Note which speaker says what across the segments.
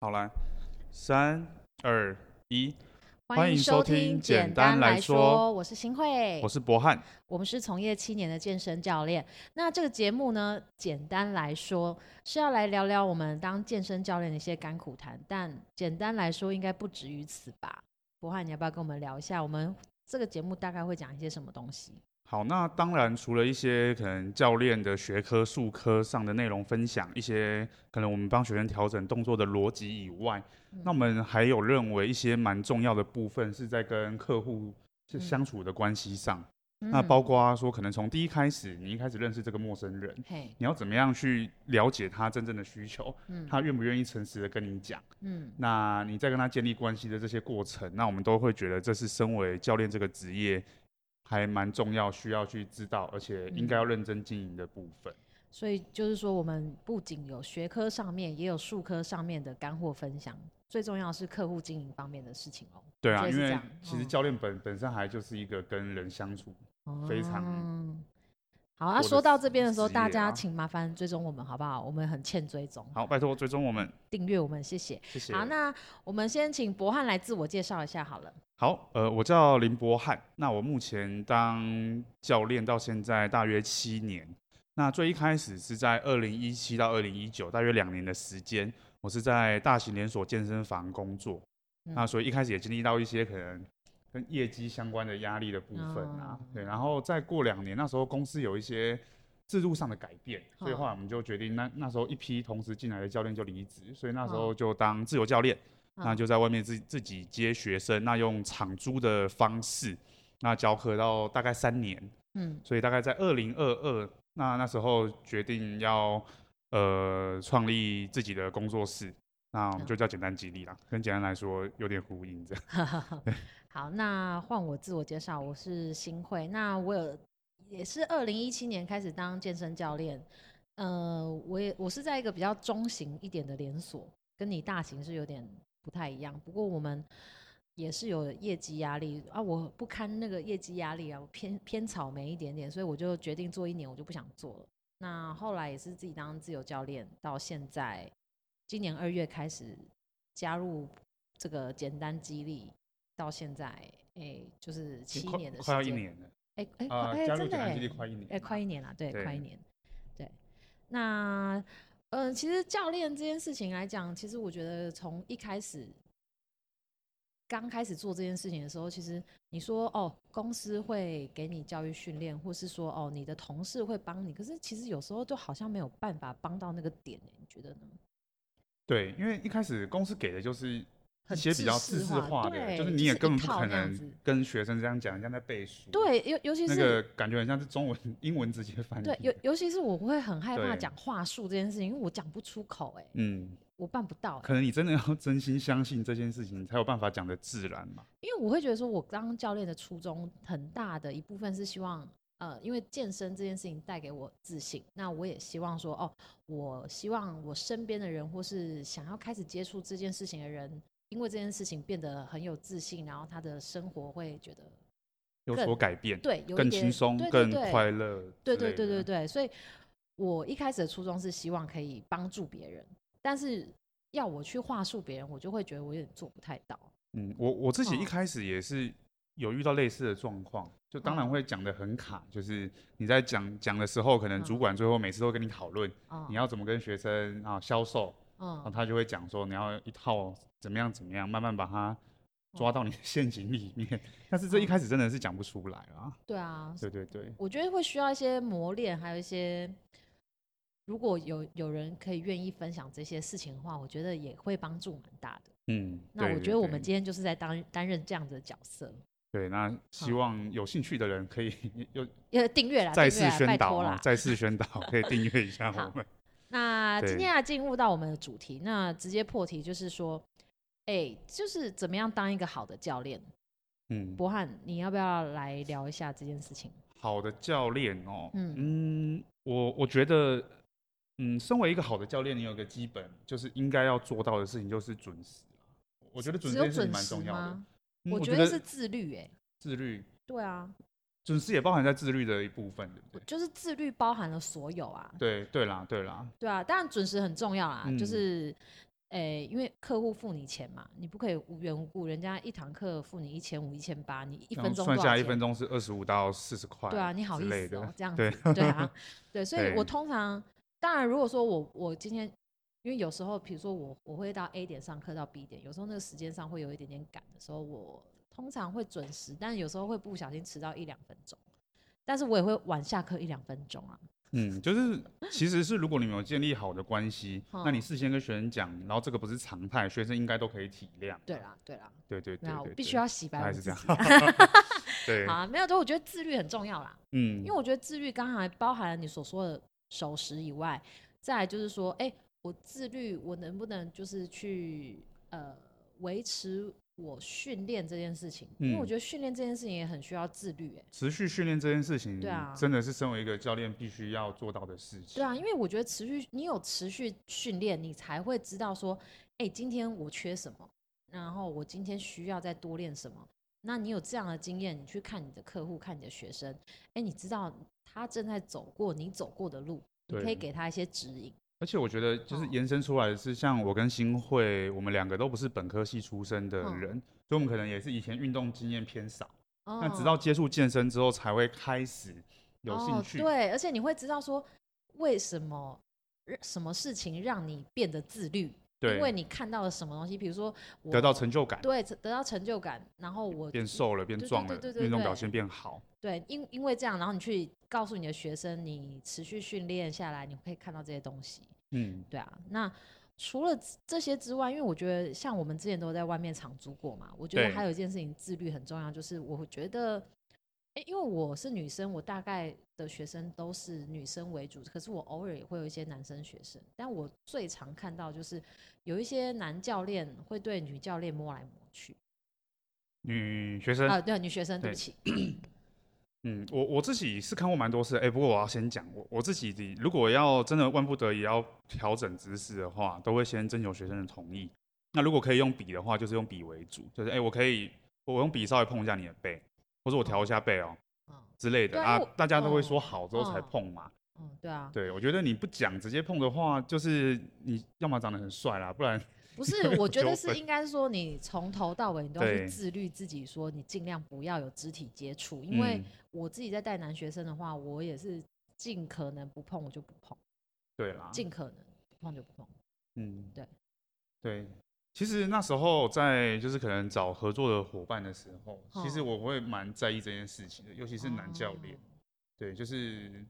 Speaker 1: 好来，三二一，
Speaker 2: 欢迎收听《简单来说》，我是新慧，
Speaker 1: 我是博翰。
Speaker 2: 我们是从业七年的健身教练。那这个节目呢，简单来说是要来聊聊我们当健身教练的一些甘苦谈，但简单来说应该不止于此吧？博翰，你要不要跟我们聊一下，我们这个节目大概会讲一些什么东西？
Speaker 1: 好，那当然除了一些可能教练的学科、术科上的内容分享，一些可能我们帮学生调整动作的逻辑以外，
Speaker 2: 嗯
Speaker 1: 那我们还有认为一些蛮重要的部分是在跟客户是相处的关系上。那
Speaker 2: 嗯
Speaker 1: 包括说，可能从第一开始，你一开始认识这个陌生人，
Speaker 2: 嘿，
Speaker 1: 你要怎么样去了解他真正的需求，
Speaker 2: 嗯
Speaker 1: 他愿不愿意诚实的跟你讲？
Speaker 2: 嗯
Speaker 1: 那你在跟他建立关系的这些过程，那我们都会觉得这是身为教练这个职业还蛮重要，需要去知道，而且应该要认真经营的部分。
Speaker 2: 所以就是说，我们不仅有学科上面，也有术科上面的干货分享，最重要的是客户经营方面的事情哦。
Speaker 1: 对啊，
Speaker 2: 所以
Speaker 1: 因
Speaker 2: 是这
Speaker 1: 为
Speaker 2: 样
Speaker 1: 其实
Speaker 2: 嗯
Speaker 1: 教练本、本身还就是一个跟人相处。非常
Speaker 2: 哦好
Speaker 1: 我
Speaker 2: 啊。
Speaker 1: 的
Speaker 2: 说到这边的时候，
Speaker 1: 职业
Speaker 2: 大家
Speaker 1: 啊
Speaker 2: 请麻烦追踪我们好不好？我们很欠追踪，
Speaker 1: 好，拜托追踪我们，
Speaker 2: 订阅我们，谢谢。
Speaker 1: 谢谢。
Speaker 2: 好，那我们先请博翰来自我介绍一下好了。
Speaker 1: 好，呃，我叫林博翰，那我目前当教练到现在大约七年。那最一开始是在二零一七到二零一九，大约两年的时间，我是在大型连锁健身房工作。
Speaker 2: 嗯
Speaker 1: 那所以一开始也经历到一些可能跟业绩相关的压力的部分啊，
Speaker 2: 哦
Speaker 1: 对。然后再过两年，那时候公司有一些制度上的改变，所以
Speaker 2: 哦
Speaker 1: 后来我们就决定那，那时候一批同时进来的教练就离职，所以那时
Speaker 2: 哦
Speaker 1: 候就当自由教练。那
Speaker 2: 嗯
Speaker 1: 就在外面自己自己接学生，那用场租的方式，那教课到大概三年，
Speaker 2: 嗯
Speaker 1: 所以大概在二零二二，那那时候决定要呃创立自己的工作室，那
Speaker 2: 嗯
Speaker 1: 我们就叫简单激励啦，跟简单来说有点呼应这样。
Speaker 2: 好，那换我自我介绍，我是新慧。那我有也是二零一七年开始当健身教练，呃，我也我是在一个比较中型一点的连锁，跟你大型是有点不太一样。不过我们也是有业绩压力啊，我不堪那个业绩压力啊，我偏偏草莓一点点，所以我就决定做一年，我就不想做了。那后来也是自己当自由教练，到现在今年二月开始加入这个简单激励，到现在哎、就是七
Speaker 1: 快
Speaker 2: 年的时
Speaker 1: 快
Speaker 2: 间，
Speaker 1: 要一年了
Speaker 2: 哎哎快
Speaker 1: 啊、
Speaker 2: 哎
Speaker 1: 加入
Speaker 2: 真的
Speaker 1: 简单
Speaker 2: 哎
Speaker 1: 激励快一年了，
Speaker 2: 哎、快一年了，对，
Speaker 1: 对
Speaker 2: 快一年，对。那，嗯、其实教练这件事情来讲，其实我觉得从一开始，刚开始做这件事情的时候，其实你说哦，公司会给你教育训练，或是说哦，你的同事会帮你，可是其实有时候就好像没有办法帮到那个点，欸你觉得呢？
Speaker 1: 对，因为一开始公司给的就是。一
Speaker 2: 很
Speaker 1: 些比较制
Speaker 2: 制式
Speaker 1: 式化
Speaker 2: 化
Speaker 1: 的，
Speaker 2: 对
Speaker 1: 就是
Speaker 2: 就
Speaker 1: 你也
Speaker 2: 是一
Speaker 1: 根本不
Speaker 2: 套
Speaker 1: 可
Speaker 2: 那样
Speaker 1: 能
Speaker 2: 子
Speaker 1: 跟学生这样讲，像在背书。
Speaker 2: 对，尤尤其是、
Speaker 1: 那个感觉很像是中文、英文直接翻译。
Speaker 2: 对，尤尤其是我会很害怕
Speaker 1: 对
Speaker 2: 讲话术这件事情，因为我讲不出口、哎，
Speaker 1: 嗯，
Speaker 2: 我办不到、哎
Speaker 1: 可能你真的要 真心相信这件事情，才有办法讲的自然嘛。
Speaker 2: 因为我会觉得说，我当教练的初衷很大的一部分是希望，呃，因为健身这件事情带给我自信，那我也希望说，哦，我希望我身边的人或是想要开始接触这件事情的人，因为这件事情变得很有自信，然后他的生活会觉得
Speaker 1: 有
Speaker 2: 更
Speaker 1: 所改变，
Speaker 2: 对，有一
Speaker 1: 更
Speaker 2: 点
Speaker 1: 轻松、
Speaker 2: 对对
Speaker 1: 更
Speaker 2: 对
Speaker 1: 快乐之类的。
Speaker 2: 对对对对对，所以我一开始的初衷是希望可以帮助别人，但是要我去话术别人，我就会觉得我有点做不太到。
Speaker 1: 嗯，我我自己一
Speaker 2: 哦
Speaker 1: 开始也是有遇到类似的状况，就当然
Speaker 2: 哦
Speaker 1: 会讲的很卡，就是你在讲讲的时候，可能主
Speaker 2: 嗯
Speaker 1: 管最后每次都跟你讨论
Speaker 2: 啊、
Speaker 1: 你要哦怎么跟学生啊销售，然后
Speaker 2: 嗯，
Speaker 1: 他就会讲说你要一套怎么样怎么样，慢慢把它抓到你的陷阱里面。 但是这一
Speaker 2: 哦
Speaker 1: 开始真的是讲不出来啊。
Speaker 2: 对啊，
Speaker 1: 对对对，
Speaker 2: 我觉得会需要一些磨练，还有一些，如果有有人可以愿意分享这些事情的话，我觉得也会帮助蛮大的。
Speaker 1: 嗯，
Speaker 2: 那
Speaker 1: 对
Speaker 2: 我
Speaker 1: 对
Speaker 2: 觉得我
Speaker 1: 对
Speaker 2: 们今天就是在担担任这样子的角色，
Speaker 1: 对，那希
Speaker 2: 好
Speaker 1: 望有兴趣的人可以又
Speaker 2: 也订阅啦，
Speaker 1: 再
Speaker 2: 订
Speaker 1: 次
Speaker 2: 阅啦，拜
Speaker 1: 宣导
Speaker 2: 托
Speaker 1: 啊，
Speaker 2: 啦。
Speaker 1: 再次宣导，可以订阅一下
Speaker 2: 好
Speaker 1: 我们。
Speaker 2: 那今
Speaker 1: 对
Speaker 2: 天要进入到我们的主题，那直接破题就是说，哎、就是怎么样当一个好的教练？
Speaker 1: 嗯，
Speaker 2: 博翰，你要不要来聊一下这件事情？
Speaker 1: 好的教练哦，
Speaker 2: 嗯
Speaker 1: 嗯，我我觉得，嗯，身为一个好的教练，你有一个基本就是应该要做到的事情，就是准时。我觉得准
Speaker 2: 只
Speaker 1: 时这件
Speaker 2: 有
Speaker 1: 事情
Speaker 2: 准
Speaker 1: 蛮
Speaker 2: 时
Speaker 1: 重要的。
Speaker 2: 吗？
Speaker 1: 嗯
Speaker 2: 我
Speaker 1: 觉
Speaker 2: 得
Speaker 1: 得
Speaker 2: 是自律、哎，
Speaker 1: 自律，
Speaker 2: 对啊，
Speaker 1: 准时也包含在自律的一部分，对不对？
Speaker 2: 就是自律包含了所有啊，
Speaker 1: 对对啦，对啦，
Speaker 2: 对啊，当然准时很重要啦，
Speaker 1: 嗯
Speaker 2: 就是诶、因为客户付你钱嘛，你不可以无缘无故，人家一堂课付你一千五、一千八，你一
Speaker 1: 这
Speaker 2: 分
Speaker 1: 样
Speaker 2: 钟
Speaker 1: 算
Speaker 2: 多
Speaker 1: 下
Speaker 2: 少
Speaker 1: 一
Speaker 2: 钱
Speaker 1: 分钟是二十五到四十块，
Speaker 2: 对啊，你好
Speaker 1: 之
Speaker 2: 意
Speaker 1: 类
Speaker 2: 思
Speaker 1: 的
Speaker 2: 哦，这样
Speaker 1: 对
Speaker 2: 子，对 啊，对，所以
Speaker 1: 对
Speaker 2: 我通常，当然，如果说我我今天，因为有时候，比如说我我会到 A 点上课到 B 点，有时候那个时间上会有一点点赶的时候，我通常会准时，但有时候会不小心迟到一两分钟，但是我也会晚下课一两分钟啊，
Speaker 1: 嗯，就是其实是如果你们有建立好的关系，那你
Speaker 2: 嗯
Speaker 1: 事先跟学生讲，然后这个不是常态，学生应该都可以体谅。啊
Speaker 2: 对啦，对啦，
Speaker 1: 对对对
Speaker 2: 没有，我
Speaker 1: 对，
Speaker 2: 必须
Speaker 1: 对
Speaker 2: 要洗白
Speaker 1: 还
Speaker 2: 我
Speaker 1: 是
Speaker 2: 自
Speaker 1: 这
Speaker 2: 己
Speaker 1: 样
Speaker 2: 啊。。
Speaker 1: 对
Speaker 2: 好，啊，没有，就我觉得自律很重要啦。
Speaker 1: 嗯
Speaker 2: 因为，我觉得自律刚才包含了你所说的守时以外，再来就是说，哎、我自律，我能不能就是去呃维持我训练这件事情？因为我
Speaker 1: 嗯
Speaker 2: 觉得训练这件事情也很需要自律、哎，
Speaker 1: 持续训练这件事情，
Speaker 2: 对啊
Speaker 1: 真的是身为一个教练必须要做到的事情。
Speaker 2: 对啊，因为我觉得持续，你有持续训练，你才会知道说，哎、今天我缺什么，然后我今天需要再多练什么。那你有这样的经验，你去看你的客户，看你的学生，哎、你知道他正在走过你走过的路，你可以
Speaker 1: 对
Speaker 2: 给他一些指引。
Speaker 1: 而且我觉得，就是
Speaker 2: 哦
Speaker 1: 延伸出来的是，像我跟新慧，我们两个都不是本科系出身的
Speaker 2: 嗯
Speaker 1: 人，所以我们可能也是以前运动经验偏少，
Speaker 2: 哦
Speaker 1: 那直到接触健身之后，才会开始有兴趣。
Speaker 2: 哦。对，而且你会知道说为什么什么事情让你变得自律，
Speaker 1: 对，
Speaker 2: 因为你看到了什么东西，比如说我
Speaker 1: 得到成就感，
Speaker 2: 对得到成就感，然后我
Speaker 1: 变瘦了，变
Speaker 2: 对对
Speaker 1: 壮
Speaker 2: 对
Speaker 1: 了
Speaker 2: 对，对
Speaker 1: 运动
Speaker 2: 对
Speaker 1: 表现变好。
Speaker 2: 对，因因为这样，然后你去告诉你的学生，你持续训练下来，你可以看到这些东西。
Speaker 1: 嗯，
Speaker 2: 对啊，那除了这这些之外，因为我觉得像我们之前都在外面长租过嘛，我觉得
Speaker 1: 对
Speaker 2: 还有一件事情自律很重要，就是我觉得，诶，因为我是女生，我大概的学生都是女生为主，可是我偶尔也会有一些男生学生，但我最常看到就是有一些男教练会对女教练摸来摸去
Speaker 1: 女嗯学生
Speaker 2: 啊、对，女学生，对
Speaker 1: 对
Speaker 2: 不起，
Speaker 1: 嗯，我我自己是看过蛮多次，哎、不过我要先讲，我我自己的如果要真的万不得已要调整姿势的话，都会先征求学生的同意。那如果可以用笔的话，就是用笔为主，就是哎、我可以我用笔稍微碰一下你的背，或者我调一下背哦、
Speaker 2: 嗯
Speaker 1: 之类
Speaker 2: 对
Speaker 1: 的
Speaker 2: 啊
Speaker 1: 啊
Speaker 2: 因为我，
Speaker 1: 大家都会
Speaker 2: 嗯
Speaker 1: 说好之后才
Speaker 2: 嗯
Speaker 1: 碰嘛。
Speaker 2: 嗯，对啊，
Speaker 1: 对，我觉得你不讲直接碰的话，就是你要么长得很帅啦，不然
Speaker 2: 不是，我觉
Speaker 1: 纠
Speaker 2: 得是
Speaker 1: 纷
Speaker 2: 应该是说你从头到尾你都要去
Speaker 1: 对
Speaker 2: 自律自己，说你尽量不要有肢体接触，因为
Speaker 1: 嗯
Speaker 2: 我自己在带男学生的话，我也是尽可能不碰我就不碰，
Speaker 1: 对啦，
Speaker 2: 尽可能不碰就不碰。
Speaker 1: 嗯，
Speaker 2: 对，
Speaker 1: 对。其实那时候在就是可能找合作的伙伴的时候，其实
Speaker 2: 哦
Speaker 1: 我会蛮在意这件事情的，尤其是男教练。
Speaker 2: 哦，
Speaker 1: 对，就是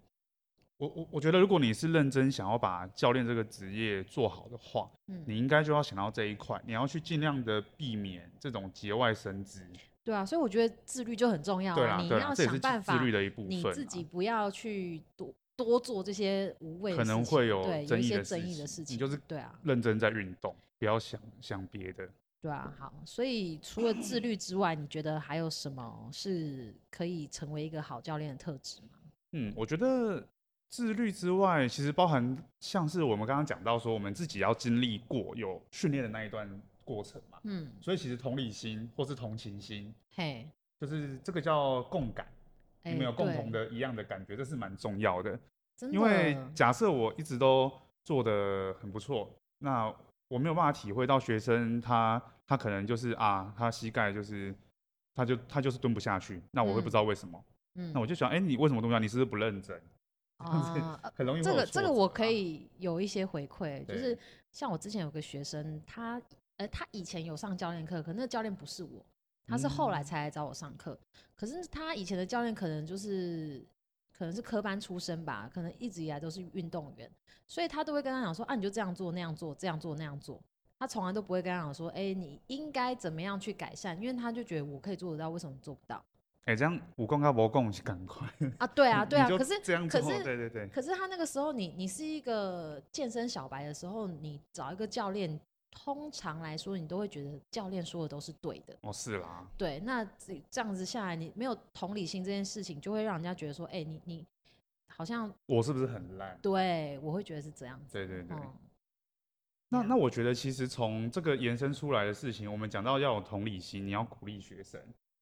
Speaker 1: 我我我觉得，如果你是认真想要把教练这个职业做好的话，
Speaker 2: 嗯，
Speaker 1: 你应该就要想到这一块，你要去尽量的避免这种节外生枝。
Speaker 2: 对啊，所以我觉得自律就很重要
Speaker 1: 对
Speaker 2: 啊，
Speaker 1: 啦，
Speaker 2: 你
Speaker 1: 对啦，
Speaker 2: 要
Speaker 1: 这也是
Speaker 2: 想
Speaker 1: 自
Speaker 2: 办
Speaker 1: 自
Speaker 2: 法
Speaker 1: 律，的一部
Speaker 2: 你
Speaker 1: 分。啊
Speaker 2: 自己，不要去多多做这些无谓的
Speaker 1: 可
Speaker 2: 事
Speaker 1: 能
Speaker 2: 情
Speaker 1: 会有
Speaker 2: 对有
Speaker 1: 争
Speaker 2: 一
Speaker 1: 议
Speaker 2: 些
Speaker 1: 的
Speaker 2: 争
Speaker 1: 事
Speaker 2: 议的
Speaker 1: 情
Speaker 2: 事
Speaker 1: 你
Speaker 2: 情，
Speaker 1: 就是
Speaker 2: 对啊，
Speaker 1: 认真在运动，不要想想别的。
Speaker 2: 对啊，好，所以除了自律之外，你觉得还有什么是可以成为一个好教练的特质吗？
Speaker 1: 嗯，我觉得自律之外，其实包含像是我们刚刚讲到说，我们自己要经历过有训练的那一段过程嘛，
Speaker 2: 嗯，
Speaker 1: 所以其实同理心或是同情心，
Speaker 2: 嘿，
Speaker 1: 就是这个叫共感，
Speaker 2: 哎
Speaker 1: 你们有共同，
Speaker 2: 对
Speaker 1: 的一样的感觉，这是蛮重要的。
Speaker 2: 真的
Speaker 1: 因为假设我一直都做的很不错，那我没有办法体会到学生他他可能就是啊，他膝盖就是他就他就是蹲不下去，那我会不
Speaker 2: 嗯
Speaker 1: 知道为什么，
Speaker 2: 嗯
Speaker 1: 那我就想，哎、你为什么蹲不下？你是不是不认真？
Speaker 2: 啊，呃
Speaker 1: 很容易
Speaker 2: 这
Speaker 1: 会有
Speaker 2: 个这
Speaker 1: 挫
Speaker 2: 个
Speaker 1: 折
Speaker 2: 我
Speaker 1: 啊
Speaker 2: 可以有一些回馈，就
Speaker 1: 对
Speaker 2: 是像我之前有个学生，他呃他以前有上教练课，可那个教练不是我，他是后来
Speaker 1: 嗯
Speaker 2: 才来找我上课，可是他以前的教练可能就是。可能是科班出身吧，可能一直以来都是运动员，所以他都会跟他讲说啊，你就这样做那样做，这样做那样做。他从来都不会跟他讲说，哎、你应该怎么样去改善，因为他就觉得我可以做得到，为什么你做不到
Speaker 1: 哎、这样武功跟魔功是赶快。
Speaker 2: 啊？对啊，
Speaker 1: 你
Speaker 2: 对
Speaker 1: 你
Speaker 2: 啊。
Speaker 1: 就
Speaker 2: 可是
Speaker 1: 这样
Speaker 2: 可
Speaker 1: 做
Speaker 2: 是
Speaker 1: 对对对，
Speaker 2: 可是他那个时候你，你是一个健身小白的时候，你找一个教练，通常来说，你都会觉得教练说的都是对的。
Speaker 1: 哦是啦，
Speaker 2: 对，那这这样子下来，你没有同理心这件事情，就会让人家觉得说，哎、你你好像
Speaker 1: 我是不是很烂？
Speaker 2: 对我会觉得是这样子。
Speaker 1: 对对对。
Speaker 2: 嗯，
Speaker 1: 那
Speaker 2: 对啊
Speaker 1: 那我觉得其实从这个延伸出来的事情，我们讲到要有同理心，你要鼓励学生。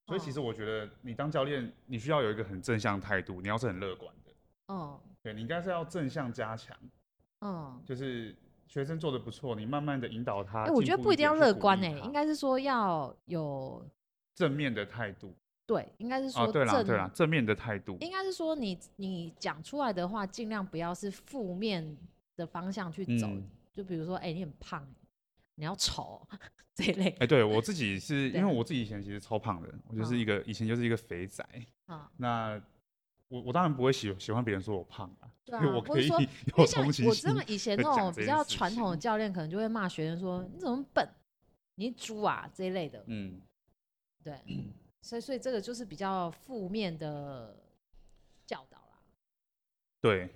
Speaker 1: 所以其
Speaker 2: 嗯
Speaker 1: 实我觉得你当教练，你需要有一个很正向态度，你要是很乐观的，
Speaker 2: 嗯
Speaker 1: 对你应该是要正向加强，
Speaker 2: 嗯，
Speaker 1: 就是学生做的不错，你慢慢的引导他。
Speaker 2: 哎，我觉得不一定要乐观哎、
Speaker 1: 哎，
Speaker 2: 应该是说要有
Speaker 1: 正面的态度。
Speaker 2: 对，应该是
Speaker 1: 哦，
Speaker 2: 说
Speaker 1: 对
Speaker 2: 正，
Speaker 1: 啦对啦，正面的态度。
Speaker 2: 应该是说你你讲出来的话，尽量不要是负面的方向去走。
Speaker 1: 嗯
Speaker 2: 就比如说，哎、你很胖，你要丑这一类
Speaker 1: 哎、对我自己是
Speaker 2: 对嗯
Speaker 1: 因为我自己以前其实超胖的，我就是一个、以前就是一个肥仔。
Speaker 2: 啊。
Speaker 1: 那我我当然不会喜喜欢别人说我胖啊，
Speaker 2: 对啊，
Speaker 1: 因为我
Speaker 2: 或
Speaker 1: 可
Speaker 2: 者
Speaker 1: 以
Speaker 2: 说，因
Speaker 1: 有
Speaker 2: 为像
Speaker 1: 同情
Speaker 2: 我知
Speaker 1: 心
Speaker 2: 道。以前
Speaker 1: 会
Speaker 2: 那
Speaker 1: 讲
Speaker 2: 种
Speaker 1: 这
Speaker 2: 比
Speaker 1: 件
Speaker 2: 较
Speaker 1: 事
Speaker 2: 传统的
Speaker 1: 情
Speaker 2: 教练，可能就会骂学生说：“你怎么笨？你猪啊这一类的。
Speaker 1: 嗯，”
Speaker 2: 对，所以所以这个就是比较负面的教导啦。
Speaker 1: 对，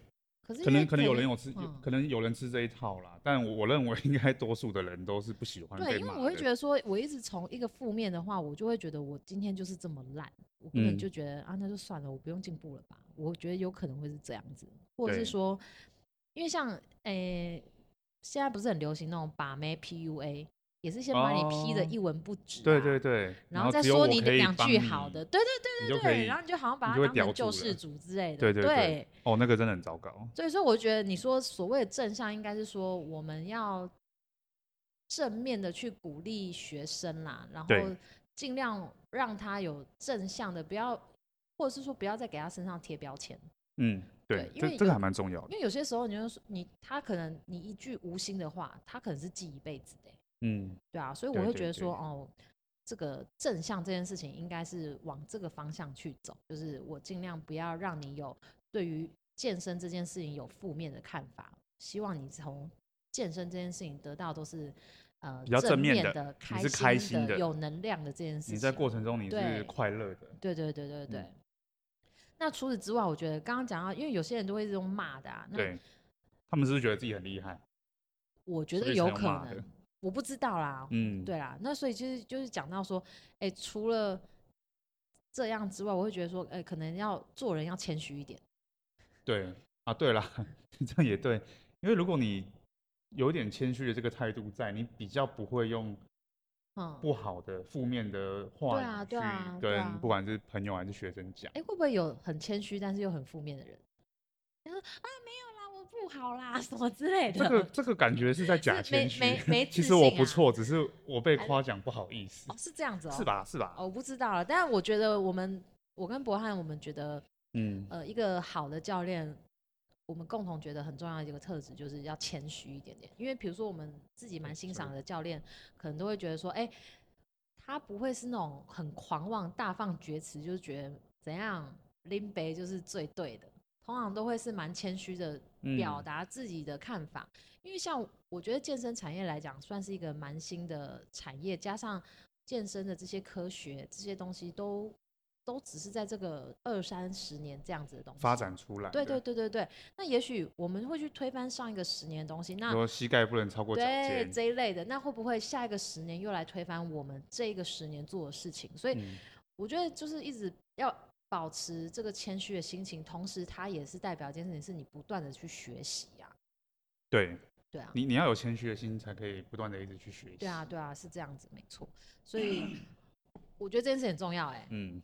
Speaker 2: 可是
Speaker 1: 可
Speaker 2: 因为
Speaker 1: 能可能有人有吃，
Speaker 2: 嗯
Speaker 1: 可能有人吃这一套啦，但我我认为应该多数的人都是不喜欢
Speaker 2: 对，
Speaker 1: 被
Speaker 2: 因为
Speaker 1: 骂
Speaker 2: 我会
Speaker 1: 的
Speaker 2: 觉得说，我一直从一个负面的话，我就会觉得我今天就是这么烂，我根本
Speaker 1: 嗯
Speaker 2: 就觉得、啊，那就算了，我不用进步了吧？我觉得有可能会是这样子，或者是
Speaker 1: 对
Speaker 2: 说，因为像诶、现在不是很流行那种把妹 PUA，也是先把你 P 的
Speaker 1: 哦
Speaker 2: 一文不值、啊
Speaker 1: 对对对，
Speaker 2: 然后再
Speaker 1: 只有
Speaker 2: 说
Speaker 1: 我
Speaker 2: 你
Speaker 1: 可以
Speaker 2: 两
Speaker 1: 帮
Speaker 2: 句好
Speaker 1: 你
Speaker 2: 的，，对对
Speaker 1: 你就
Speaker 2: 对
Speaker 1: 可
Speaker 2: 对，
Speaker 1: 以
Speaker 2: 然后你就好像把
Speaker 1: 你
Speaker 2: 它
Speaker 1: 就会
Speaker 2: 当
Speaker 1: 叼
Speaker 2: 成
Speaker 1: 住
Speaker 2: 救
Speaker 1: 了
Speaker 2: 世主之类的，
Speaker 1: 对对对哦，那个真的很糟糕。
Speaker 2: 所以说，我觉得你说所谓的正向，应该是说我们要正面的去鼓励学生啦，然后
Speaker 1: 对
Speaker 2: 尽量让他有正向的，不要或者是说不要再给他身上贴标签，
Speaker 1: 嗯，
Speaker 2: 对
Speaker 1: 对，
Speaker 2: 因
Speaker 1: 这
Speaker 2: 为
Speaker 1: 这
Speaker 2: 有
Speaker 1: 个还蛮重要的。
Speaker 2: 因为有些时候你就说你他可能你一句无心的话，他可能是记一辈子的欸、
Speaker 1: 嗯，
Speaker 2: 对啊，所以
Speaker 1: 对
Speaker 2: 我会
Speaker 1: 对
Speaker 2: 觉得
Speaker 1: 对
Speaker 2: 说哦。这个正向这件事情应该是往这个方向去走，就是我尽量不要让你有对于健身这件事情有负面的看法，希望你从健身这件事情得到都是呃
Speaker 1: 比较正面
Speaker 2: 面
Speaker 1: 的
Speaker 2: 的、
Speaker 1: 是开心
Speaker 2: 的、
Speaker 1: 的
Speaker 2: 有能量的这件事情。
Speaker 1: 你在过程中你
Speaker 2: 对
Speaker 1: 是快乐的，
Speaker 2: 对对对对对。
Speaker 1: 嗯
Speaker 2: 那除此之外，我觉得刚刚讲到，因为有些人都会是用骂的啊，那
Speaker 1: 对。他们是不是觉得自己很厉害？
Speaker 2: 我觉
Speaker 1: 所
Speaker 2: 得
Speaker 1: 以才
Speaker 2: 有
Speaker 1: 用
Speaker 2: 可
Speaker 1: 骂的
Speaker 2: 能，我不知道啦，
Speaker 1: 嗯，
Speaker 2: 对啦，那所以其实就是讲到说，哎、除了这样之外，我会觉得说，哎、可能要做人要谦虚一点。
Speaker 1: 对啊，对啦， 这样也对，因为如果你有点谦虚的这个态度在，你比较不会用
Speaker 2: 嗯，
Speaker 1: 不好的、负面的话
Speaker 2: 对啊
Speaker 1: 语
Speaker 2: 对啊
Speaker 1: 去
Speaker 2: 对啊
Speaker 1: 跟不管是朋友还是学生讲
Speaker 2: 哎、。会不会有很谦虚但是又很负面的人？他说啊，没有啦，我不好啦，什么之类的。
Speaker 1: 这个这个感觉是在假
Speaker 2: 哎是没
Speaker 1: 谦虚
Speaker 2: 没没，
Speaker 1: 其
Speaker 2: 自
Speaker 1: 实我
Speaker 2: 信
Speaker 1: 不
Speaker 2: 啊
Speaker 1: 错，只是我被
Speaker 2: 还是
Speaker 1: 夸奖不好意思
Speaker 2: 哦，，是这样子哦，
Speaker 1: 是？吧？是吧？
Speaker 2: 哦，我不知道了，但是我觉得我们，我跟博翰，我们觉得，
Speaker 1: 嗯，
Speaker 2: 呃，一个好的教练，我们共同觉得很重要的一个特质，就是要谦虚一点点。因为比如说我们自己蛮欣赏的教练，可能都会觉得说，哎、他不会是那种很狂妄、大放厥词，就是觉得怎样拎杯就是最对的。通常都会是蛮谦虚的表
Speaker 1: 嗯
Speaker 2: 达自己的看法，因为像我觉得健身产业来讲，算是一个蛮新的产业，加上健身的这些科学这些东西都都只是在这个二三十年这样子的东西
Speaker 1: 发。展出来。
Speaker 2: 对对，对对对，那也许我们会去推翻上一个十年的东西，那
Speaker 1: 说膝盖不能超过脚
Speaker 2: 啊对
Speaker 1: 尖。
Speaker 2: 这一类的，那会不会下一个十年又来推翻我们这个十年做的事情？所以
Speaker 1: 嗯，
Speaker 2: 我觉得就是一直要保持这个谦虚的心情，同时它也是代表一件事情，是你不断的去学习呀、
Speaker 1: 对
Speaker 2: 对啊，
Speaker 1: 你你要有谦虚的心，才可以不断的一直去学习。
Speaker 2: 对啊，，对啊，是这样子，没错。所以我觉得这件事很重要、欸，哎、
Speaker 1: 嗯，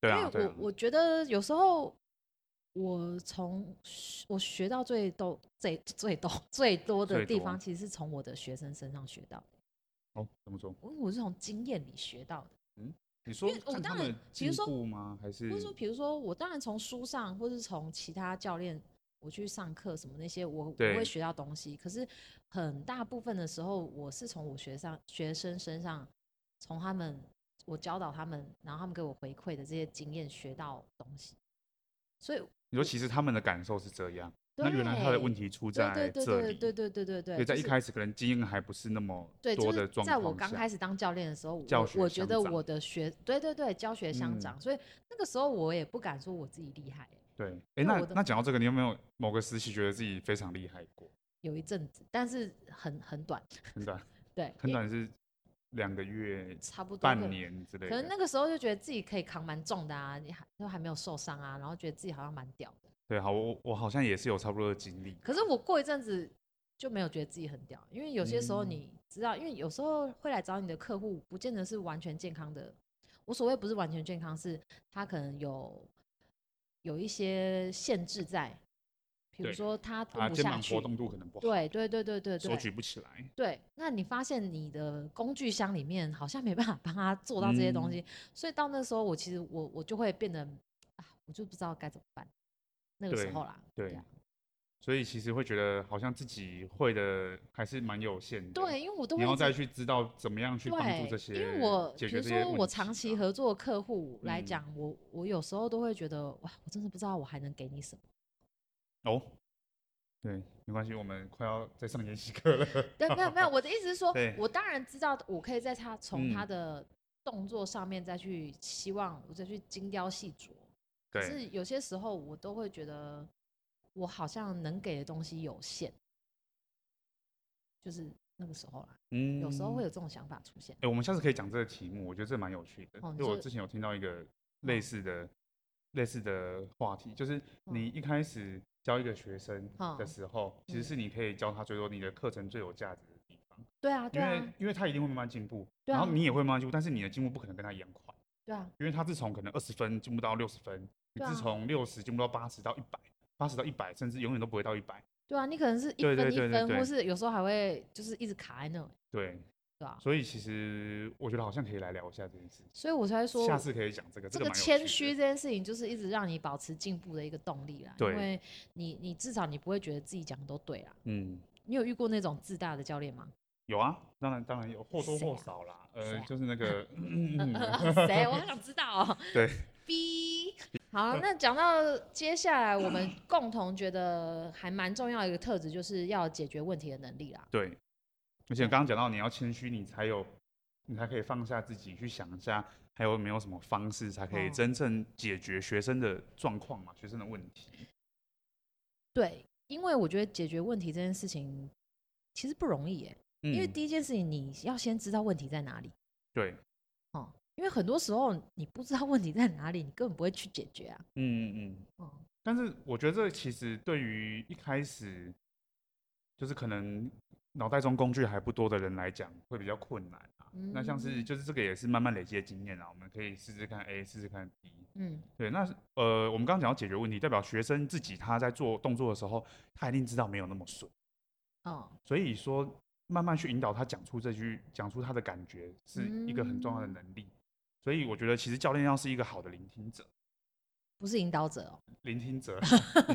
Speaker 1: 对啊，
Speaker 2: 因
Speaker 1: 对
Speaker 2: 为
Speaker 1: 啊
Speaker 2: 我，我觉得有时候我从学我学到最多、最最多、最多的
Speaker 1: 最
Speaker 2: 地
Speaker 1: 多
Speaker 2: 方，其实是从我的学生身上学到的，
Speaker 1: 哦，怎么说？
Speaker 2: 因为我是从经验里学到的。
Speaker 1: 你说
Speaker 2: 因为我
Speaker 1: 看他
Speaker 2: 当然
Speaker 1: 们
Speaker 2: 比
Speaker 1: 进
Speaker 2: 如说
Speaker 1: 步吗？还是
Speaker 2: 或者说，比如说，我当然从书上，或是从其他教练我去上课什么那些，我我会
Speaker 1: 对
Speaker 2: 学到东西。可是很大部分的时候，我是从我学上学生身上，从他们我教导他们，然后他们给我回馈的这些经验学到东西。所以，
Speaker 1: 你说其实他们的感受是这样，那
Speaker 2: 对，
Speaker 1: 原来他的问题出在
Speaker 2: 对对
Speaker 1: 这
Speaker 2: 对
Speaker 1: 里，
Speaker 2: 对对对对
Speaker 1: 所
Speaker 2: 对
Speaker 1: 以
Speaker 2: 对，
Speaker 1: 在
Speaker 2: 就
Speaker 1: 一
Speaker 2: 是
Speaker 1: 开始可能经验还不是那么
Speaker 2: 对，
Speaker 1: 多
Speaker 2: 就
Speaker 1: 的
Speaker 2: 是
Speaker 1: 状况
Speaker 2: 在
Speaker 1: 下。
Speaker 2: 我刚开始当教练的时候，我
Speaker 1: 教学
Speaker 2: 我觉
Speaker 1: 相
Speaker 2: 得
Speaker 1: 长
Speaker 2: 我的学对对对教学相
Speaker 1: 嗯
Speaker 2: 长，所以那个时候我也不敢说我自己厉害，
Speaker 1: 对，
Speaker 2: 那
Speaker 1: 哎，那
Speaker 2: 我的
Speaker 1: 那讲到这个，你有没有某个时期觉得自己非常厉害过？
Speaker 2: 有一阵子，但是很很短，
Speaker 1: 很短，
Speaker 2: 对，
Speaker 1: 很
Speaker 2: 因为
Speaker 1: 短是两个月、
Speaker 2: 差不多可
Speaker 1: 半年之类
Speaker 2: 可能
Speaker 1: 的。
Speaker 2: 那个时候就觉得自己可以扛蛮重的啊，你还都还没有受伤啊，然后觉得自己好像蛮屌的。
Speaker 1: 对，好，我我好像也是有差不多的经历。
Speaker 2: 可是我过一阵子就没有觉得自己很屌，因为有些时
Speaker 1: 嗯
Speaker 2: 候你知道，因为有时候会来找你的客户，不见得是完全健康的。我所谓不是完全健康，是他可能有有一些限制在，比如
Speaker 1: 对
Speaker 2: 说他
Speaker 1: 他
Speaker 2: 蹲不
Speaker 1: 啊肩
Speaker 2: 下
Speaker 1: 膀
Speaker 2: 去
Speaker 1: 活，动度可能不好，
Speaker 2: 对对对对对
Speaker 1: 手
Speaker 2: 对
Speaker 1: 举不起来。
Speaker 2: 对。那你发现你的工具箱里面好像没办法帮他做到这些东
Speaker 1: 嗯
Speaker 2: 西，所以到那时候我其实我我就会变得啊，我就不知道该怎么办。那个时
Speaker 1: 对
Speaker 2: 候啦，
Speaker 1: 对
Speaker 2: 啊
Speaker 1: 所以其实会觉得好像自己会的还是蛮有限的。，
Speaker 2: 对，因为我都
Speaker 1: 你
Speaker 2: 会一
Speaker 1: 要
Speaker 2: 直
Speaker 1: 再去知道怎么样去帮助
Speaker 2: 对，
Speaker 1: 这些，
Speaker 2: 因为我比
Speaker 1: 解决
Speaker 2: 如
Speaker 1: 这些
Speaker 2: 说
Speaker 1: 问
Speaker 2: 我
Speaker 1: 题
Speaker 2: 长期
Speaker 1: 啊
Speaker 2: 合作的客户来
Speaker 1: 嗯
Speaker 2: 讲，我我有时候都会觉得哇，我真的不知道我还能给你什么。
Speaker 1: 哦，对，没关系，我们快要再上演习课 了。
Speaker 2: 对，没有没有，我的意思是说
Speaker 1: 对，
Speaker 2: 我当然知道我可以在他从他
Speaker 1: 嗯
Speaker 2: 的动作上面再去希望我再去精雕细琢，可
Speaker 1: 对，
Speaker 2: 是有些时候我都会觉得我好像能给的东西有限，就是那个时候啦，
Speaker 1: 嗯
Speaker 2: 有时候会有这种想法出现。
Speaker 1: 哎、我们下次可以讲这个题目，我觉得这蛮有趣的。
Speaker 2: 哦你
Speaker 1: 就我
Speaker 2: 说
Speaker 1: 之前有听到一个类
Speaker 2: 嗯
Speaker 1: 似的、类似的话题，就是你
Speaker 2: 嗯
Speaker 1: 一开始教一个学生的
Speaker 2: 嗯
Speaker 1: 时候，其实
Speaker 2: 嗯
Speaker 1: 是你可以教他最多你的课程最有价值的地方，
Speaker 2: 对啊，对
Speaker 1: 因为
Speaker 2: 啊，
Speaker 1: 因为他一定会慢慢进步，
Speaker 2: 对
Speaker 1: 然后
Speaker 2: 啊
Speaker 1: 你也会慢慢进步，但是你的进步不可能跟他一样快，
Speaker 2: 对啊，
Speaker 1: 因为他自从可能二十分进步到六十分，你
Speaker 2: 对
Speaker 1: 自
Speaker 2: 啊
Speaker 1: 从六十进步到八十到一百，八十到一百，甚至永远都不会到一百。
Speaker 2: 对啊，你可能是一
Speaker 1: 对对
Speaker 2: 分一
Speaker 1: 对对
Speaker 2: 分，
Speaker 1: 对
Speaker 2: 或是有时候还会就是一直卡在那里，
Speaker 1: 对，
Speaker 2: 对吧？
Speaker 1: 所以其实我觉得好像可以来聊一下这件事情。
Speaker 2: 所以我才会说
Speaker 1: 下次可以讲这个，
Speaker 2: 这
Speaker 1: 个
Speaker 2: 个
Speaker 1: 蛮有
Speaker 2: 谦
Speaker 1: 趣
Speaker 2: 虚
Speaker 1: 的。
Speaker 2: 这件事情，就是一直让你保持进步的一个动力啦。
Speaker 1: 对
Speaker 2: 因为你你至少你不会觉得自己讲的都对啦。
Speaker 1: 嗯，
Speaker 2: 你有遇过那种自大的教练吗？
Speaker 1: 有啊，当然当然有，或多
Speaker 2: 谁
Speaker 1: 或
Speaker 2: 啊
Speaker 1: 少啦。
Speaker 2: 谁
Speaker 1: 呃
Speaker 2: 啊，
Speaker 1: 就是那个，嗯
Speaker 2: 谁？我好想知道、哦。
Speaker 1: 对。
Speaker 2: B。好，那讲到接下来，我们共同觉得还蛮重要的一个特质，就是要解决问题的能力啦。
Speaker 1: 对。而且刚刚讲到你要谦虚，你才有，你才可以放下自己，去想一下还有没有什么方式才可以
Speaker 2: 哦
Speaker 1: 真正解决学生的状况嘛，学生的问题。
Speaker 2: 对，因为我觉得解决问题这件事情其实不容易耶、
Speaker 1: 嗯，
Speaker 2: 因为第一件事情你要先知道问题在哪里。
Speaker 1: 对，
Speaker 2: 哦，因为很多时候你不知道问题在哪里，你根本不会去解决啊。
Speaker 1: 嗯嗯嗯。
Speaker 2: 哦，
Speaker 1: 但是我觉得这其实对于一开始，就是可能脑袋中工具还不多的人来讲，会比较困难啊。那像是
Speaker 2: 嗯
Speaker 1: 就是这个也是慢慢累积的经验啊，我们可以试试看 A，试试看 B。
Speaker 2: 嗯，
Speaker 1: 对，那呃，我们刚刚讲到解决问题，代表学生自己他在做动作的时候，他一定知道没有那么顺，
Speaker 2: 哦，
Speaker 1: 所以说慢慢去引导他讲出这句，讲出他的感觉是一个很重要的
Speaker 2: 嗯
Speaker 1: 能力。所以我觉得其实教练要是一个好的聆听者，
Speaker 2: 不是引导者哦，
Speaker 1: 聆听 者，可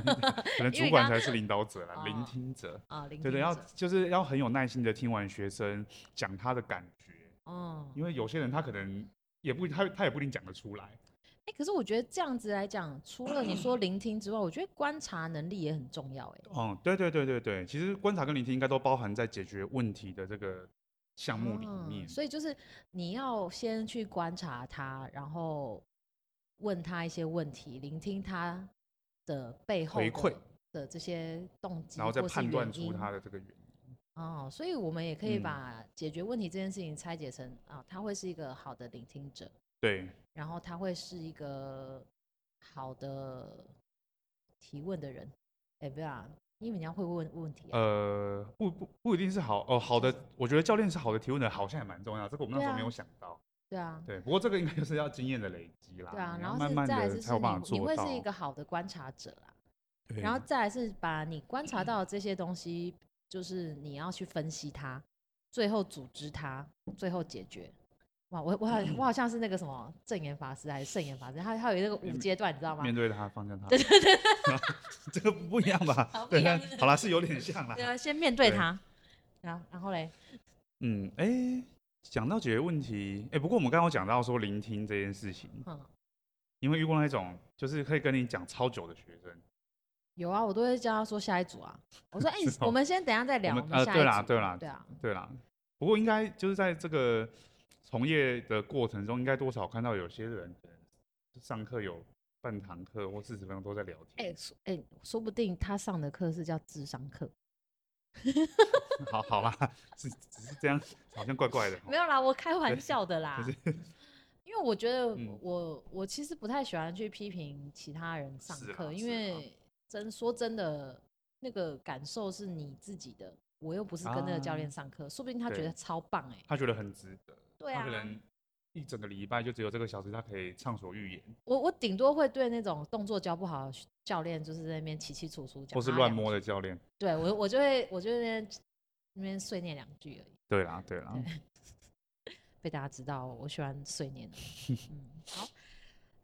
Speaker 1: 能
Speaker 2: 因为
Speaker 1: 主管才
Speaker 2: 刚
Speaker 1: 是领导者啦，聆
Speaker 2: 哦
Speaker 1: 听者，
Speaker 2: 啊，聆
Speaker 1: 对
Speaker 2: 听
Speaker 1: 对，要
Speaker 2: 者
Speaker 1: 就是要很有耐心的听完学生讲他的感觉，
Speaker 2: 哦，
Speaker 1: 因为有些人他可能也不他他也不一定讲得出来，
Speaker 2: 哎，可是我觉得这样子来讲，除了你说聆听之外，我觉得观察能力也很重要，哎，
Speaker 1: 嗯，对对对对对，其实观察跟聆听应该都包含在解决问题的这个项目里
Speaker 2: 啊
Speaker 1: 面。
Speaker 2: 所以就是你要先去观察他，然后问他一些问题，聆听他的背后
Speaker 1: 回
Speaker 2: 的
Speaker 1: 馈
Speaker 2: 的这些动机，
Speaker 1: 然后再
Speaker 2: 或是
Speaker 1: 判
Speaker 2: 原
Speaker 1: 断出
Speaker 2: 因
Speaker 1: 他的这个原因。
Speaker 2: 哦，所以我们也可以
Speaker 1: 嗯
Speaker 2: 把解决问题这件事情拆解成啊，他会是一个好的聆听者，
Speaker 1: 对，
Speaker 2: 然后他会是一个好的提问的人。哎，不要啊，因为你要会问问题啊。
Speaker 1: 呃，不不不一定是好哦，好的，我觉得教练是好的提问的，好像也蛮重要，这个我们那
Speaker 2: 对
Speaker 1: 时候没
Speaker 2: 啊
Speaker 1: 有想到。
Speaker 2: 对啊，
Speaker 1: 对，不过这个应该就是要经验的累积啦，
Speaker 2: 对啊，
Speaker 1: 你
Speaker 2: 然
Speaker 1: 要
Speaker 2: 后
Speaker 1: 慢
Speaker 2: 是
Speaker 1: 慢
Speaker 2: 再来
Speaker 1: 的
Speaker 2: 就
Speaker 1: 才
Speaker 2: 是
Speaker 1: 有办法
Speaker 2: 你你
Speaker 1: 做
Speaker 2: 会
Speaker 1: 到。
Speaker 2: 是一个好的观察者啦，
Speaker 1: 对
Speaker 2: 然后再来是把你观察到的这些东西，就是你要去分析它，最后组织它，最后解决。哇，我我好我好像是那个什么正言法师还是圣言法师，他他有那个五
Speaker 1: 嗯
Speaker 2: 阶段，你知道吗？
Speaker 1: 面对他，放下他。对对 对，这个不一样吧
Speaker 2: 好？不
Speaker 1: 对
Speaker 2: 一样，
Speaker 1: 好啦，是有点像啦
Speaker 2: 对。啊，先面对
Speaker 1: 对
Speaker 2: 它，然后然后嘞，
Speaker 1: 嗯，哎、讲到解决问题，哎、不过我们刚刚有讲到说聆听这件事情，
Speaker 2: 嗯，
Speaker 1: 因为遇过那种就是可以跟你讲超久的学生，
Speaker 2: 有啊，我都会叫他说下一组啊。我 说，哎、
Speaker 1: 是哦
Speaker 2: 我们先等一下再聊，
Speaker 1: 我
Speaker 2: 我
Speaker 1: 们
Speaker 2: 们
Speaker 1: 呃
Speaker 2: 下一组。
Speaker 1: 对啦对啦
Speaker 2: 对啊，
Speaker 1: 对啦。不过应该就是在这个从业的过程中，应该多少看到有些人可能上课有半堂课或四十分钟都在聊
Speaker 2: 哎、
Speaker 1: 天。
Speaker 2: 说哎、说不定他上的课是叫智商课，
Speaker 1: 哦 好好啦，是只是这样，好像怪怪的哦。
Speaker 2: 没有啦，我 开玩笑的啦。因为我觉得
Speaker 1: 嗯
Speaker 2: 我、我其实不太喜欢去批评其他人上
Speaker 1: 是啦啊
Speaker 2: 课，因
Speaker 1: 是啦
Speaker 2: 为真说真的，那个感受是你自己的，我又不是跟那个教练上课，说不定他觉
Speaker 1: 啊对
Speaker 2: 得超棒哎、
Speaker 1: 他觉得很值得，
Speaker 2: 对
Speaker 1: 他
Speaker 2: 啊
Speaker 1: 可，能一整个礼拜就只有这个小时，他可以畅所欲言，
Speaker 2: 我我顶多会对那种动作教不好的教练，就是在那边起起楚楚讲，
Speaker 1: 或是乱摸。的教练。
Speaker 2: 对我我就会我就会在那边那边碎念两句而已，
Speaker 1: 对啦，对啦，
Speaker 2: 被大家知道我喜欢碎念的。嗯，好，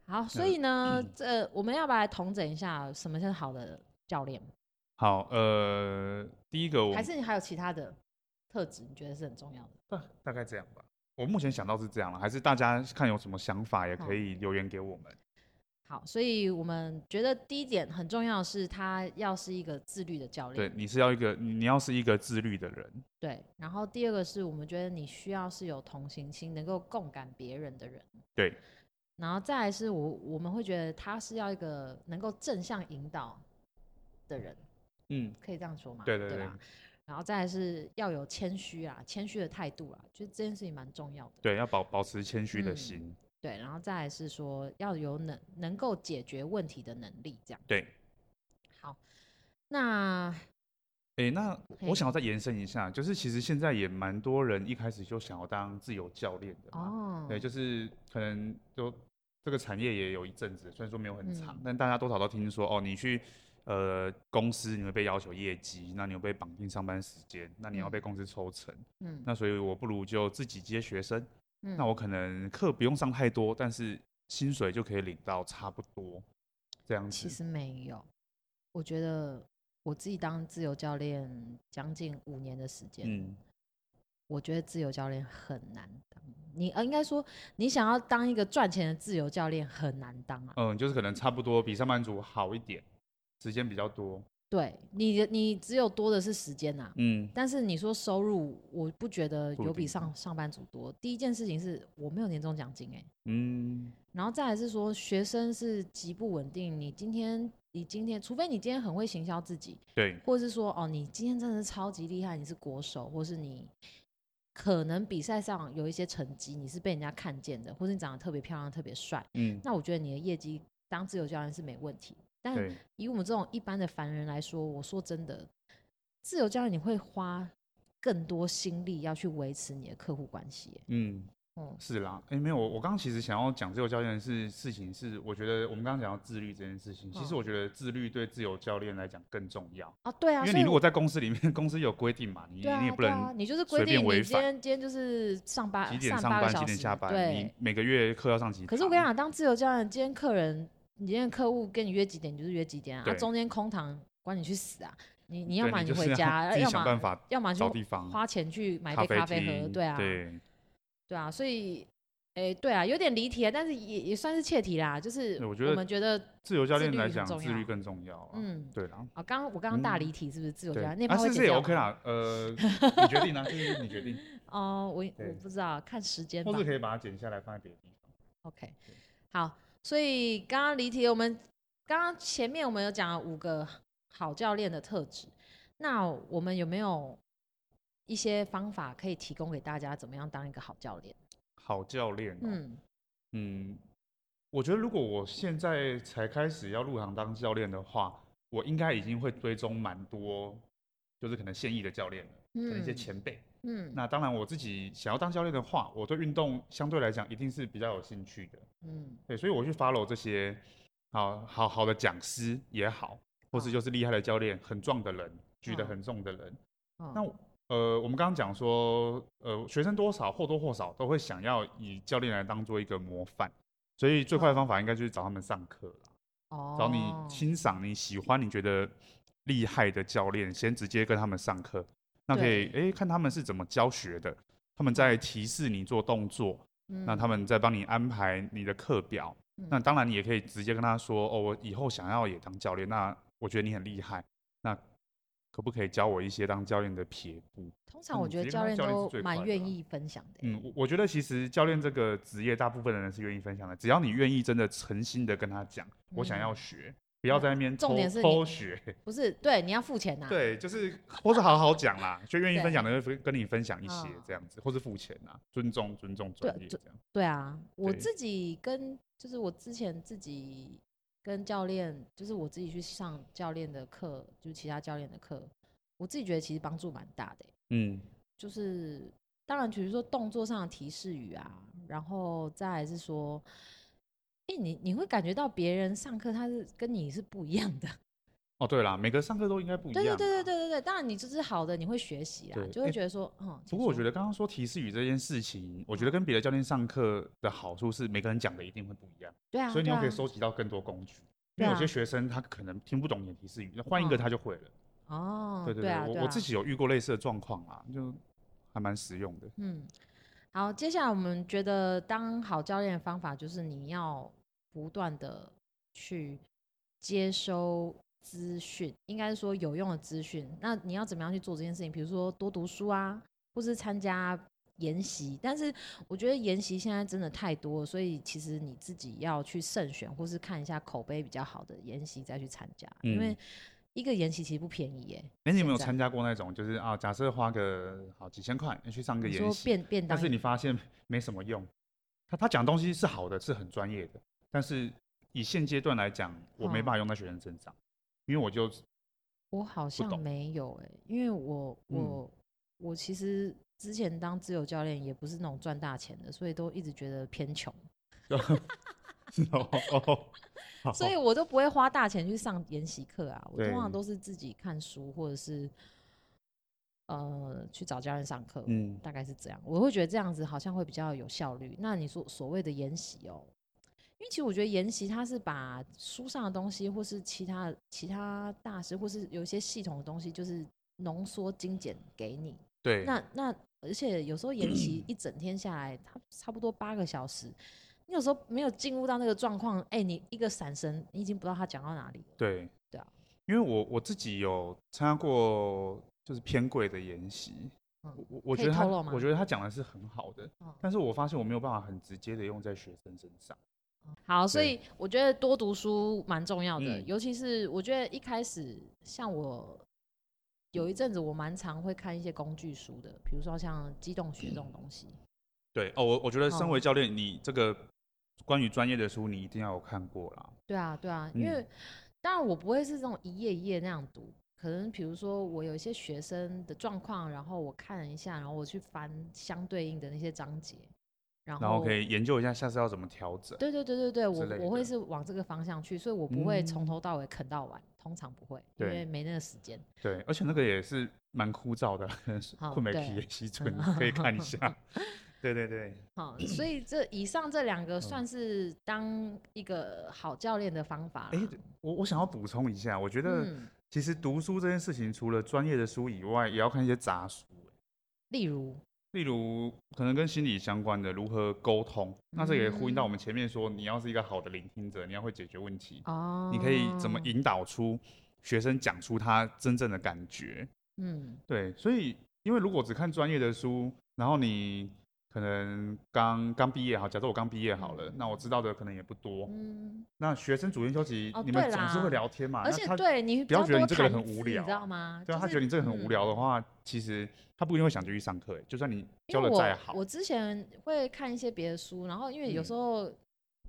Speaker 2: 好，所以呢，这我们要不要来统整一下什么是好的教练？
Speaker 1: 好，呃，第一个我
Speaker 2: 还是你还有其他的特质，你觉得是很重要的？
Speaker 1: 大大概这样吧。我目前想到是这样了，还是大家看有什么想法也可以留言给我们。
Speaker 2: 好，所以我们觉得第一点很重要的是，他要是一个自律的教
Speaker 1: 对
Speaker 2: 练，，
Speaker 1: 你是要一个，你你要是一个自律的人，
Speaker 2: 对。然后第二个是我们觉得你需要是有同情心，能够共感别人的人。
Speaker 1: 对。
Speaker 2: 然后再来是我我们会觉得他是要一个能够正向引导的人，
Speaker 1: 嗯，
Speaker 2: 可以这样说吗？
Speaker 1: 对
Speaker 2: 对
Speaker 1: 对对
Speaker 2: 吧然后再来是要有谦虚啊，谦虚的态度啊，就是这件事情蛮重要的。
Speaker 1: 对，要保保持谦虚的
Speaker 2: 嗯
Speaker 1: 心，
Speaker 2: 对，然后再来是说要有能能够解决问题的能力，这样。
Speaker 1: 对。
Speaker 2: 好，那
Speaker 1: 诶，那
Speaker 2: 嘿
Speaker 1: 我想要再延伸一下，就是其实现在也蛮多人一开始就想要当自由教练的嘛，
Speaker 2: 哦，
Speaker 1: 对，就是可能就这个产业也有一阵子，虽然说没有很长，
Speaker 2: 嗯
Speaker 1: 但大家多少都听说哦，你去呃公司你会被要求业绩，那你会被绑定上班时间，那你要被公司抽成，
Speaker 2: 嗯
Speaker 1: 那所以我不如就自己接学生，
Speaker 2: 嗯
Speaker 1: 那我可能课不用上太多，但是薪水就可以领到差不多这样
Speaker 2: 其
Speaker 1: 子。
Speaker 2: 实没有，我觉得我自己当自由教练将近五年的时间，
Speaker 1: 嗯，
Speaker 2: 我觉得自由教练很难当。你呃，应该说你想要当一个赚钱的自由教练很难当啊。
Speaker 1: 嗯，就是可能差不多比上班族好一点，时间比较多。
Speaker 2: 对，你的你只有多的是时间呐、
Speaker 1: 嗯，
Speaker 2: 但是你说收入，我不觉得
Speaker 1: 不一
Speaker 2: 有比
Speaker 1: 定嗯
Speaker 2: 上上班族多。第一件事情是我没有年终奖金哎、
Speaker 1: 嗯，
Speaker 2: 然后再来是说学生是极不稳定。你今天你今天，除非你今天很会行销自己，
Speaker 1: 对，
Speaker 2: 或是说哦，你今天真的是超级厉害，你是国手，或是你可能比赛上有一些成绩，你是被人家看见的，或是你长得特别漂亮、特别帅，
Speaker 1: 嗯，
Speaker 2: 那我觉得你的业绩当自由教练是没问题。但
Speaker 1: 对，
Speaker 2: 以我们这种一般的凡人来说，我说真的，自由教练你会花更多心力要去维持你的客户关系耶。
Speaker 1: 嗯，
Speaker 2: 嗯
Speaker 1: 是啦。哎、没有，我我刚刚其实想要讲自由教练是事情是，我觉得我们刚刚讲到自律这件事情，其实
Speaker 2: 嗯
Speaker 1: 我觉得自律对自由教练来讲更重要，
Speaker 2: 啊，对啊，
Speaker 1: 因为
Speaker 2: 所
Speaker 1: 你
Speaker 2: 以
Speaker 1: 如
Speaker 2: 我
Speaker 1: 果在公司里面， 公司有规定嘛，你、
Speaker 2: 对啊，
Speaker 1: 你也不
Speaker 2: 对啊
Speaker 1: 能，
Speaker 2: 你就是
Speaker 1: 随
Speaker 2: 规
Speaker 1: 便
Speaker 2: 定
Speaker 1: 违
Speaker 2: 你今
Speaker 1: 反
Speaker 2: 天今天就是上八
Speaker 1: 几点
Speaker 2: 上八
Speaker 1: 班
Speaker 2: 个小
Speaker 1: 几点
Speaker 2: 时，
Speaker 1: 下班，
Speaker 2: 对
Speaker 1: 你，每个月课要上几堂。
Speaker 2: 可是我跟你讲，当自由教练，今天客人，你今天客户跟你约几点，你就是约几点啊，啊
Speaker 1: 对
Speaker 2: 中间空堂管你去死啊！你你
Speaker 1: 对，
Speaker 2: 要么
Speaker 1: 你就是
Speaker 2: 回
Speaker 1: 要
Speaker 2: 家，
Speaker 1: 自己
Speaker 2: 要
Speaker 1: 想办
Speaker 2: 么
Speaker 1: 法
Speaker 2: 要么
Speaker 1: 找
Speaker 2: 就
Speaker 1: 地方
Speaker 2: 花钱去买杯咖啡喝，
Speaker 1: 厅
Speaker 2: 对啊，
Speaker 1: 对，
Speaker 2: 对啊，所以，哎，对啊，有点离题啊，但是也也算是切题啦，就是
Speaker 1: 对我觉
Speaker 2: 我
Speaker 1: 得
Speaker 2: 们觉得，
Speaker 1: 自由教
Speaker 2: 自
Speaker 1: 练
Speaker 2: 律
Speaker 1: 来
Speaker 2: 很
Speaker 1: 讲，
Speaker 2: 重
Speaker 1: 自律
Speaker 2: 要
Speaker 1: 更重要啊。
Speaker 2: 嗯，
Speaker 1: 对啦，
Speaker 2: 啊，刚我刚刚大
Speaker 1: 嗯
Speaker 2: 离题是不是自由教
Speaker 1: 对，
Speaker 2: 练那
Speaker 1: 啊，
Speaker 2: 边会
Speaker 1: 是
Speaker 2: 剪
Speaker 1: 是也
Speaker 2: 掉
Speaker 1: OK
Speaker 2: 吗？
Speaker 1: 啦，呃，你决定啊，就是你决 定，
Speaker 2: 哦，我我
Speaker 1: 对
Speaker 2: 不知道，看时间吧
Speaker 1: 或是。可以把它剪下来放在别的地方。
Speaker 2: OK，好，所以刚刚离题，我们刚刚前面我们有讲了五个好教练的特质，那我们有没有一些方法可以提供给大家，怎么样当一个好教练？
Speaker 1: 好教练、哦，嗯
Speaker 2: 嗯，
Speaker 1: 我觉得如果我现在才开始要入行当教练的话，我应该已经会追踪蛮多，就是可能现役的教练了，可能一些前辈。
Speaker 2: 嗯
Speaker 1: 那当然，我自己想要当教练的话，我对运动相对来讲一定是比较有兴趣的。
Speaker 2: 嗯
Speaker 1: 对，所以我去 follow 这些好好好的讲师也好，或是就是厉害的教练、很壮的人、举得
Speaker 2: 嗯
Speaker 1: 很重的人。
Speaker 2: 嗯，
Speaker 1: 那呃，我们刚刚讲说，呃，学生多少或多或少都会想要以教练来当做一个模范，所以最快的方法应该就是找他们上课啦，
Speaker 2: 嗯哦，
Speaker 1: 找你欣赏、你喜欢、你觉得厉害的教练，先直接跟他们上课，那可以诶看他们是怎么教学的，他们在提示你做动作，那他
Speaker 2: 们
Speaker 1: 们在帮你安排你的课表。
Speaker 2: 嗯
Speaker 1: 那当然，你也可以直接跟他说：“哦，我以后想要也当教练，那我觉得你很厉害，那可不可以教我一些当教练的撇步
Speaker 2: 通常我
Speaker 1: 嗯
Speaker 2: 觉得
Speaker 1: 直接
Speaker 2: 教
Speaker 1: 跟
Speaker 2: 练
Speaker 1: 他教练是
Speaker 2: 都
Speaker 1: 最
Speaker 2: 蛮
Speaker 1: 快的
Speaker 2: 愿
Speaker 1: 啦
Speaker 2: 意分享的？”欸，
Speaker 1: 嗯，我我觉得其实教练这个职业，大部分的人是愿意分享的，只要你愿意真的诚心的跟他讲，我想要
Speaker 2: 嗯
Speaker 1: 学，不要在那边
Speaker 2: 重
Speaker 1: 偷
Speaker 2: 点是
Speaker 1: 偷
Speaker 2: 你
Speaker 1: 学。
Speaker 2: 不是，对，你要付钱啊 呐，
Speaker 1: 对，就是或是好好讲啦，就愿意分享的
Speaker 2: 对
Speaker 1: 人会跟你分享一些
Speaker 2: 嗯
Speaker 1: 这样子，或是付钱啦，尊重尊重
Speaker 2: 对
Speaker 1: 专业这样。
Speaker 2: 对啊，我
Speaker 1: 对
Speaker 2: 自己跟就是我之前自己跟教练，就是我自己去上教练的课，就是其他教练的课，我自己觉得其实帮助蛮大的欸、
Speaker 1: 嗯，
Speaker 2: 就是当然，比如说动作上的提示语啊，然后再来是说，哎、你你会感觉到别人上课他是跟你是不一样的，
Speaker 1: 哦，对啦，每个上课都应 该不一样
Speaker 2: 对
Speaker 1: 啦。
Speaker 2: 对对对对对对，当然你就是好的，你会学习啦
Speaker 1: 对，
Speaker 2: 就会
Speaker 1: 诶
Speaker 2: 觉得说，嗯，
Speaker 1: 不过我觉
Speaker 2: 得
Speaker 1: 得刚刚说提示语这件事情，我觉得跟别的教练上课的好处是，每个人讲的一定会不一样，
Speaker 2: 对啊，
Speaker 1: 所以你
Speaker 2: 对
Speaker 1: 又可以
Speaker 2: 啊
Speaker 1: 收集到更多工具。因
Speaker 2: 对
Speaker 1: 为
Speaker 2: 啊
Speaker 1: 有些学生他可能听不懂你的提示语，那换一个
Speaker 2: 嗯
Speaker 1: 他就会了。
Speaker 2: 哦，
Speaker 1: 对对
Speaker 2: 对啊，
Speaker 1: 我
Speaker 2: 对
Speaker 1: 我
Speaker 2: 啊
Speaker 1: 自己有遇过类似的状况啊，就还蛮实用的。
Speaker 2: 嗯，好，接下来我们觉得当好教练的方法就是你要不断的去接收资讯，应该是说有用的资讯。那你要怎么样去做这件事情？比如说多读书啊，或是参加研习。但是我觉得研习现在真的太多了，所以其实你自己要去慎选，或是看一下口碑比较好的研习再去参加，因为
Speaker 1: 嗯
Speaker 2: 一个研习其实不便宜耶。
Speaker 1: 哎、你有没有
Speaker 2: 现在
Speaker 1: 参加过那种，就是啊，假设花个好几千块哎去上个
Speaker 2: 你
Speaker 1: 研
Speaker 2: 说
Speaker 1: 习，
Speaker 2: 便便
Speaker 1: 但
Speaker 2: 当
Speaker 1: 是你发现没什么用。他他讲东西是好的，是很专业的，但是以现阶段来讲，我没
Speaker 2: 嗯
Speaker 1: 办法用在学生身上，因为我 就
Speaker 2: 我好像
Speaker 1: 懂
Speaker 2: 没有哎、因为我
Speaker 1: 嗯
Speaker 2: 我、我其实之前当自由教练也不是那种赚大钱的，所以都一直觉得偏穷，
Speaker 1: 哦哦， 好
Speaker 2: 所以我都不会花大钱去上研习课啊。我通常
Speaker 1: 对
Speaker 2: 都是自己看书或者是呃去找教练上课，
Speaker 1: 嗯，
Speaker 2: 大概是这样。我会觉得这样子好像会比较有效率。那你说所谓的研习哦，因为其实我觉得研习它是把书上的东西，或是其他其他大师，或是有一些系统的东西，就是浓缩精简给你。
Speaker 1: 对，
Speaker 2: 那那而且有时候研 习一整天下来，它差不多八个小时，你有时候没有进入到那个状况，哎、你一个闪神，你已经不知道他讲到哪里了。
Speaker 1: 对
Speaker 2: 对啊，
Speaker 1: 因为我我自己有参加过就是偏贵的研习，
Speaker 2: 嗯
Speaker 1: 我我我
Speaker 2: 可
Speaker 1: 觉
Speaker 2: 以
Speaker 1: 得他
Speaker 2: 透露吗
Speaker 1: 我觉得他讲的是很好的，
Speaker 2: 嗯
Speaker 1: 但是我发现我没有办法很直接的用在学生身上。
Speaker 2: 好，所
Speaker 1: 对
Speaker 2: 以我觉得多读书蛮重要的，
Speaker 1: 嗯
Speaker 2: 尤其是我觉得一开始像我有一阵子我蛮常会看一些工具书的，比如说像机动学 这种东西。
Speaker 1: 对哦，我我觉得身
Speaker 2: 哦
Speaker 1: 为教练，你这个关于专业的书你一定要有看过啦。
Speaker 2: 对啊，对啊，
Speaker 1: 嗯
Speaker 2: 因为、当然我不会是这种一页一页那样读，可能比如说我有一些学生的状况，然后我看了一下，然后我去翻相对应的那些章节，然后
Speaker 1: 然后可以研究一下下次要怎么调整。
Speaker 2: 对对对对对，
Speaker 1: 之类
Speaker 2: 我我会
Speaker 1: 的
Speaker 2: 是往这个方向去，所以我不会从
Speaker 1: 嗯
Speaker 2: 头到尾啃到完，通常不会，因
Speaker 1: 对
Speaker 2: 为没那个时间。
Speaker 1: 对，而且那个也是蛮枯燥的，
Speaker 2: 好
Speaker 1: 困美
Speaker 2: 对
Speaker 1: 皮也 吸准，可以看一下。对对对，
Speaker 2: 好、所以这以上这两个
Speaker 1: 嗯
Speaker 2: 算是当一个好教练的方法啦。
Speaker 1: 哎我我想要补充一下，我觉得
Speaker 2: 嗯，
Speaker 1: 其实读书这件事情，除了专业的书以外，也要看一些杂书。
Speaker 2: 例如，
Speaker 1: 例如，可能跟心理相关的如何沟通，那这也呼应到我们前面说，你要是一个好的聆听者，你要会解决问题，
Speaker 2: 嗯哦，
Speaker 1: 你可以怎么？引导出学生讲出他真正的感觉。
Speaker 2: 嗯，
Speaker 1: 对，所以因为如果只看专业的书，然后你可能刚刚毕业好，假设我刚毕业好了，那我知道的可能也不多。
Speaker 2: 嗯，
Speaker 1: 那学生主动休息，
Speaker 2: 哦
Speaker 1: 你们
Speaker 2: 对
Speaker 1: 总是
Speaker 2: 啦
Speaker 1: 会聊天嘛？
Speaker 2: 而
Speaker 1: 啊那
Speaker 2: 且
Speaker 1: 他
Speaker 2: 对你
Speaker 1: 不要觉得
Speaker 2: 多
Speaker 1: 你这个人
Speaker 2: 谈
Speaker 1: 很无
Speaker 2: 资
Speaker 1: 聊
Speaker 2: 你知道吗？
Speaker 1: 对啊，
Speaker 2: 就
Speaker 1: 他
Speaker 2: 是
Speaker 1: 觉得你这个很无
Speaker 2: 嗯
Speaker 1: 聊的话，其实他不一定会想继续上课。欸就算你
Speaker 2: 因
Speaker 1: 教
Speaker 2: 为
Speaker 1: 的
Speaker 2: 我
Speaker 1: 再好，
Speaker 2: 我之前会看一些别的书，然后因为有
Speaker 1: 嗯
Speaker 2: 时候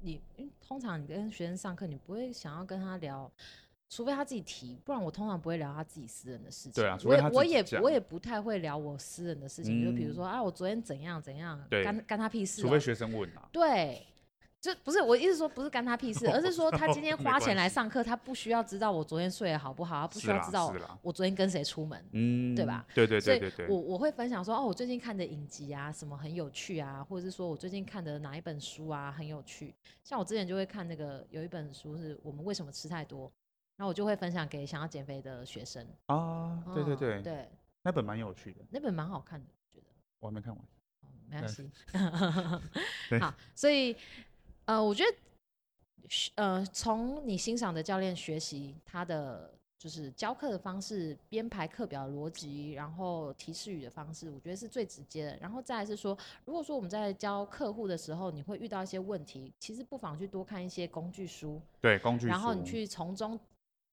Speaker 2: 你、因为通常你跟学生上课，你不会想要跟他聊，除非他自己提，不然我通常不会聊他自己私人的事情。
Speaker 1: 对啊除
Speaker 2: 我
Speaker 1: 非
Speaker 2: 也
Speaker 1: 他自
Speaker 2: 我
Speaker 1: 己
Speaker 2: 也
Speaker 1: 讲
Speaker 2: 我也不太会聊我私人的事情，就比如
Speaker 1: 嗯
Speaker 2: 说啊，我昨天怎样怎样，
Speaker 1: 对
Speaker 2: 干干他屁事、
Speaker 1: 除
Speaker 2: 哦
Speaker 1: 非学生问啊。
Speaker 2: 对。就不是我意思说不是干他 屁事，而是说他今天
Speaker 1: 没
Speaker 2: 花
Speaker 1: 关
Speaker 2: 钱来
Speaker 1: 系
Speaker 2: 上课，他不需要知道我昨天睡得好不好，他不需
Speaker 1: 是
Speaker 2: 要
Speaker 1: 啦
Speaker 2: 知道
Speaker 1: 是啦
Speaker 2: 我昨天跟谁出门。
Speaker 1: 嗯，
Speaker 2: 对吧？
Speaker 1: 对对
Speaker 2: 所
Speaker 1: 对
Speaker 2: 以
Speaker 1: 对对，
Speaker 2: 我我会分享说，哦，我最近看的影集啊，什么很有趣啊，或者是说我最近看的哪一本书啊很有趣。像我之前就会看那个有一本书是我们为什么吃太多，然后我就会分享给想要减肥的学生。
Speaker 1: 啊，对对
Speaker 2: 嗯
Speaker 1: 对，
Speaker 2: 对，
Speaker 1: 那本蛮有趣的，
Speaker 2: 那本蛮好看的，我觉得。
Speaker 1: 我还没看完。
Speaker 2: 哦没关
Speaker 1: 对
Speaker 2: 系
Speaker 1: 对。
Speaker 2: 好，所以呃，我觉得学呃，从你欣赏的教练学习他的就是教课的方式、编排课表的逻辑，然后提示语的方式，我觉得是最直接的。然后再来是说，如果说我们在教客户的时候，你会遇到一些问题，其实不妨去多看一些工具书，
Speaker 1: 对，工具书。
Speaker 2: 然后你去从中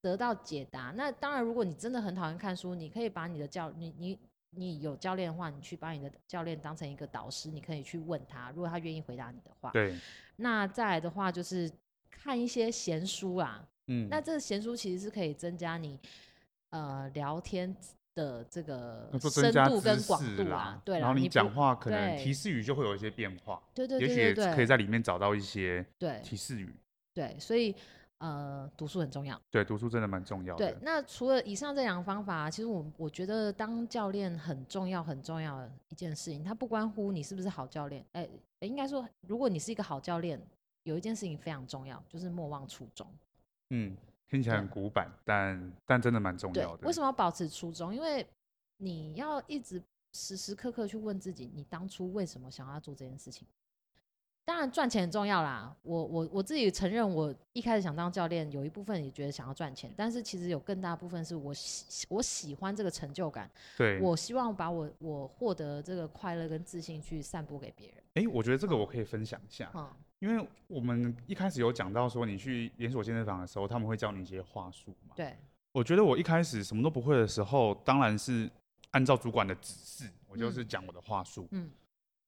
Speaker 2: 得到解答。那当然，如果你真的很讨厌看书，你可以把你的教你你你有教练的话，你去把你的教练当成一个导师，你可以去问他，如果他愿意回答你的话。
Speaker 1: 对，
Speaker 2: 那再来的话就是看一些闲书啊，
Speaker 1: 嗯，
Speaker 2: 那这个闲书其实是可以增加你呃聊天的这个
Speaker 1: 那就增
Speaker 2: 深
Speaker 1: 加
Speaker 2: 度
Speaker 1: 知
Speaker 2: 跟广
Speaker 1: 识
Speaker 2: 度啊
Speaker 1: 啦，，
Speaker 2: 对
Speaker 1: 然后
Speaker 2: 啦
Speaker 1: 你
Speaker 2: 不
Speaker 1: 讲话可能
Speaker 2: 对
Speaker 1: 提示语就会有一些变化，
Speaker 2: 对对
Speaker 1: 也许
Speaker 2: 对对
Speaker 1: 也可以
Speaker 2: 对
Speaker 1: 在里面找到一些
Speaker 2: 对
Speaker 1: 提示语。
Speaker 2: 对，所以呃，读书很重要。
Speaker 1: 对，读书真的蛮重要
Speaker 2: 对
Speaker 1: 的，。
Speaker 2: 那除了以上这两个方法，其实我我觉得当教练很重要很重要的一件事情，它不关乎你是不是好教练，哎、哎应该说，如果你是一个好教练，有一件事情非常重要，就是莫忘初衷。
Speaker 1: 嗯，听起来
Speaker 2: 对
Speaker 1: 很古板，但但真的蛮重
Speaker 2: 对
Speaker 1: 要，的。
Speaker 2: 为什么要保持初衷？因为你要一直时时刻刻去问自己，你当初为什么想要做这件事情？当然，赚钱很重要啦。我我我自己承认，我一开始想当教练，有一部分也觉得想要赚钱，但是其实有更大部分是我喜我喜欢这个成就感，
Speaker 1: 对，
Speaker 2: 我希望把我我获得这个快乐跟自信去散播给别人。
Speaker 1: 哎，我觉得这个我可以分享一下，
Speaker 2: 嗯，
Speaker 1: 因为我们一开始有讲到说，你去连锁健身房的时候，他们会教你一些话术嘛。
Speaker 2: 对，
Speaker 1: 我觉得我一开始什么都不会的时候，当然是按照主管的指示，我就
Speaker 2: 嗯
Speaker 1: 是讲我的话术。
Speaker 2: 嗯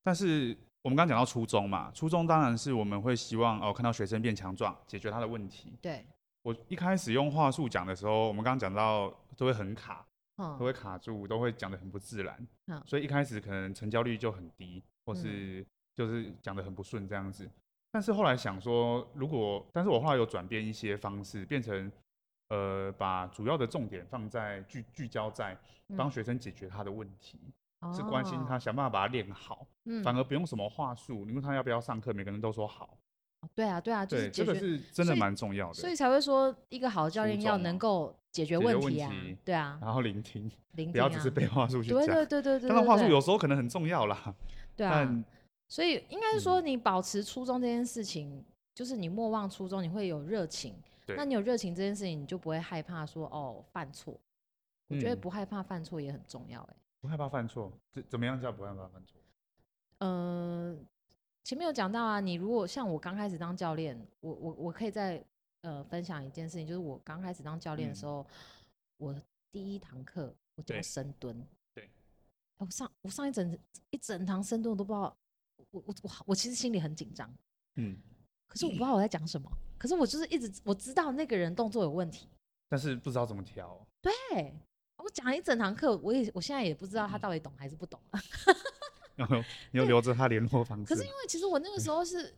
Speaker 1: 但是我们刚刚讲到初衷嘛，初衷当然是我们会希望哦，看到学生变强壮，解决他的问题。
Speaker 2: 对，
Speaker 1: 我一开始用话术讲的时候，我们刚刚讲到都会很卡，都
Speaker 2: 嗯
Speaker 1: 会卡住，都会讲得很不自然。
Speaker 2: 嗯
Speaker 1: 所以一开始可能成交率就很低，或是就是讲得很不顺这样子。但是后来想说，如果，但是我后来有转变一些方式，变成呃，把主要的重点放在聚聚焦在帮
Speaker 2: 嗯
Speaker 1: 学生解决他的问题，是关心他，想办法把他练好，
Speaker 2: 哦嗯
Speaker 1: 反而不用什么话术。你问他要不要上课，每个人都说好，
Speaker 2: 对啊对啊，就
Speaker 1: 对，
Speaker 2: 是
Speaker 1: 这个
Speaker 2: 解决
Speaker 1: 是真的
Speaker 2: 所以
Speaker 1: 蛮重要的。
Speaker 2: 所以才会说，一个好的教
Speaker 1: 初
Speaker 2: 练要
Speaker 1: 衷
Speaker 2: 能
Speaker 1: 嘛
Speaker 2: 够解决
Speaker 1: 解决
Speaker 2: 问
Speaker 1: 问
Speaker 2: 题啊，
Speaker 1: 题
Speaker 2: 对啊，
Speaker 1: 然后聆听，
Speaker 2: 聆
Speaker 1: 不
Speaker 2: 听
Speaker 1: 要
Speaker 2: 啊，
Speaker 1: 只是被 话术去
Speaker 2: 对
Speaker 1: 讲
Speaker 2: 对。对对对，
Speaker 1: 当然，
Speaker 2: 对
Speaker 1: 话术
Speaker 2: 对
Speaker 1: 有时候可能很重要啦，
Speaker 2: 对啊
Speaker 1: 但，嗯
Speaker 2: 所以应该是说，你保持初衷这件事情，就是你莫忘初衷，你会有热情。
Speaker 1: 对
Speaker 2: 那你有热情这件事情，你就不会害怕说哦犯错。我觉得
Speaker 1: 嗯
Speaker 2: 不害怕犯错也很重要、欸。
Speaker 1: 不害怕犯错，怎怎么样叫不害怕犯错？
Speaker 2: 嗯，前面有讲到啊，你如果像我刚开始当教练，我我我可以再呃分享一件事情，就是我刚开始当教练的时
Speaker 1: 嗯
Speaker 2: 候，我第一堂课我教
Speaker 1: 对
Speaker 2: 深蹲，
Speaker 1: 对
Speaker 2: 哎，我上我上一整一整堂深蹲我都不知道，我我我我其实心里很紧张，
Speaker 1: 嗯，
Speaker 2: 可是我不知道我在讲什么，可是我就是一直我知道那个人动作有问题，
Speaker 1: 但是不知道怎么 调。
Speaker 2: 对我讲了一整堂课，我也我现在也不知道
Speaker 1: 嗯
Speaker 2: 他到底懂还是不懂。
Speaker 1: 然后你又留着他联络方式
Speaker 2: 可是因为其实我那个时候是，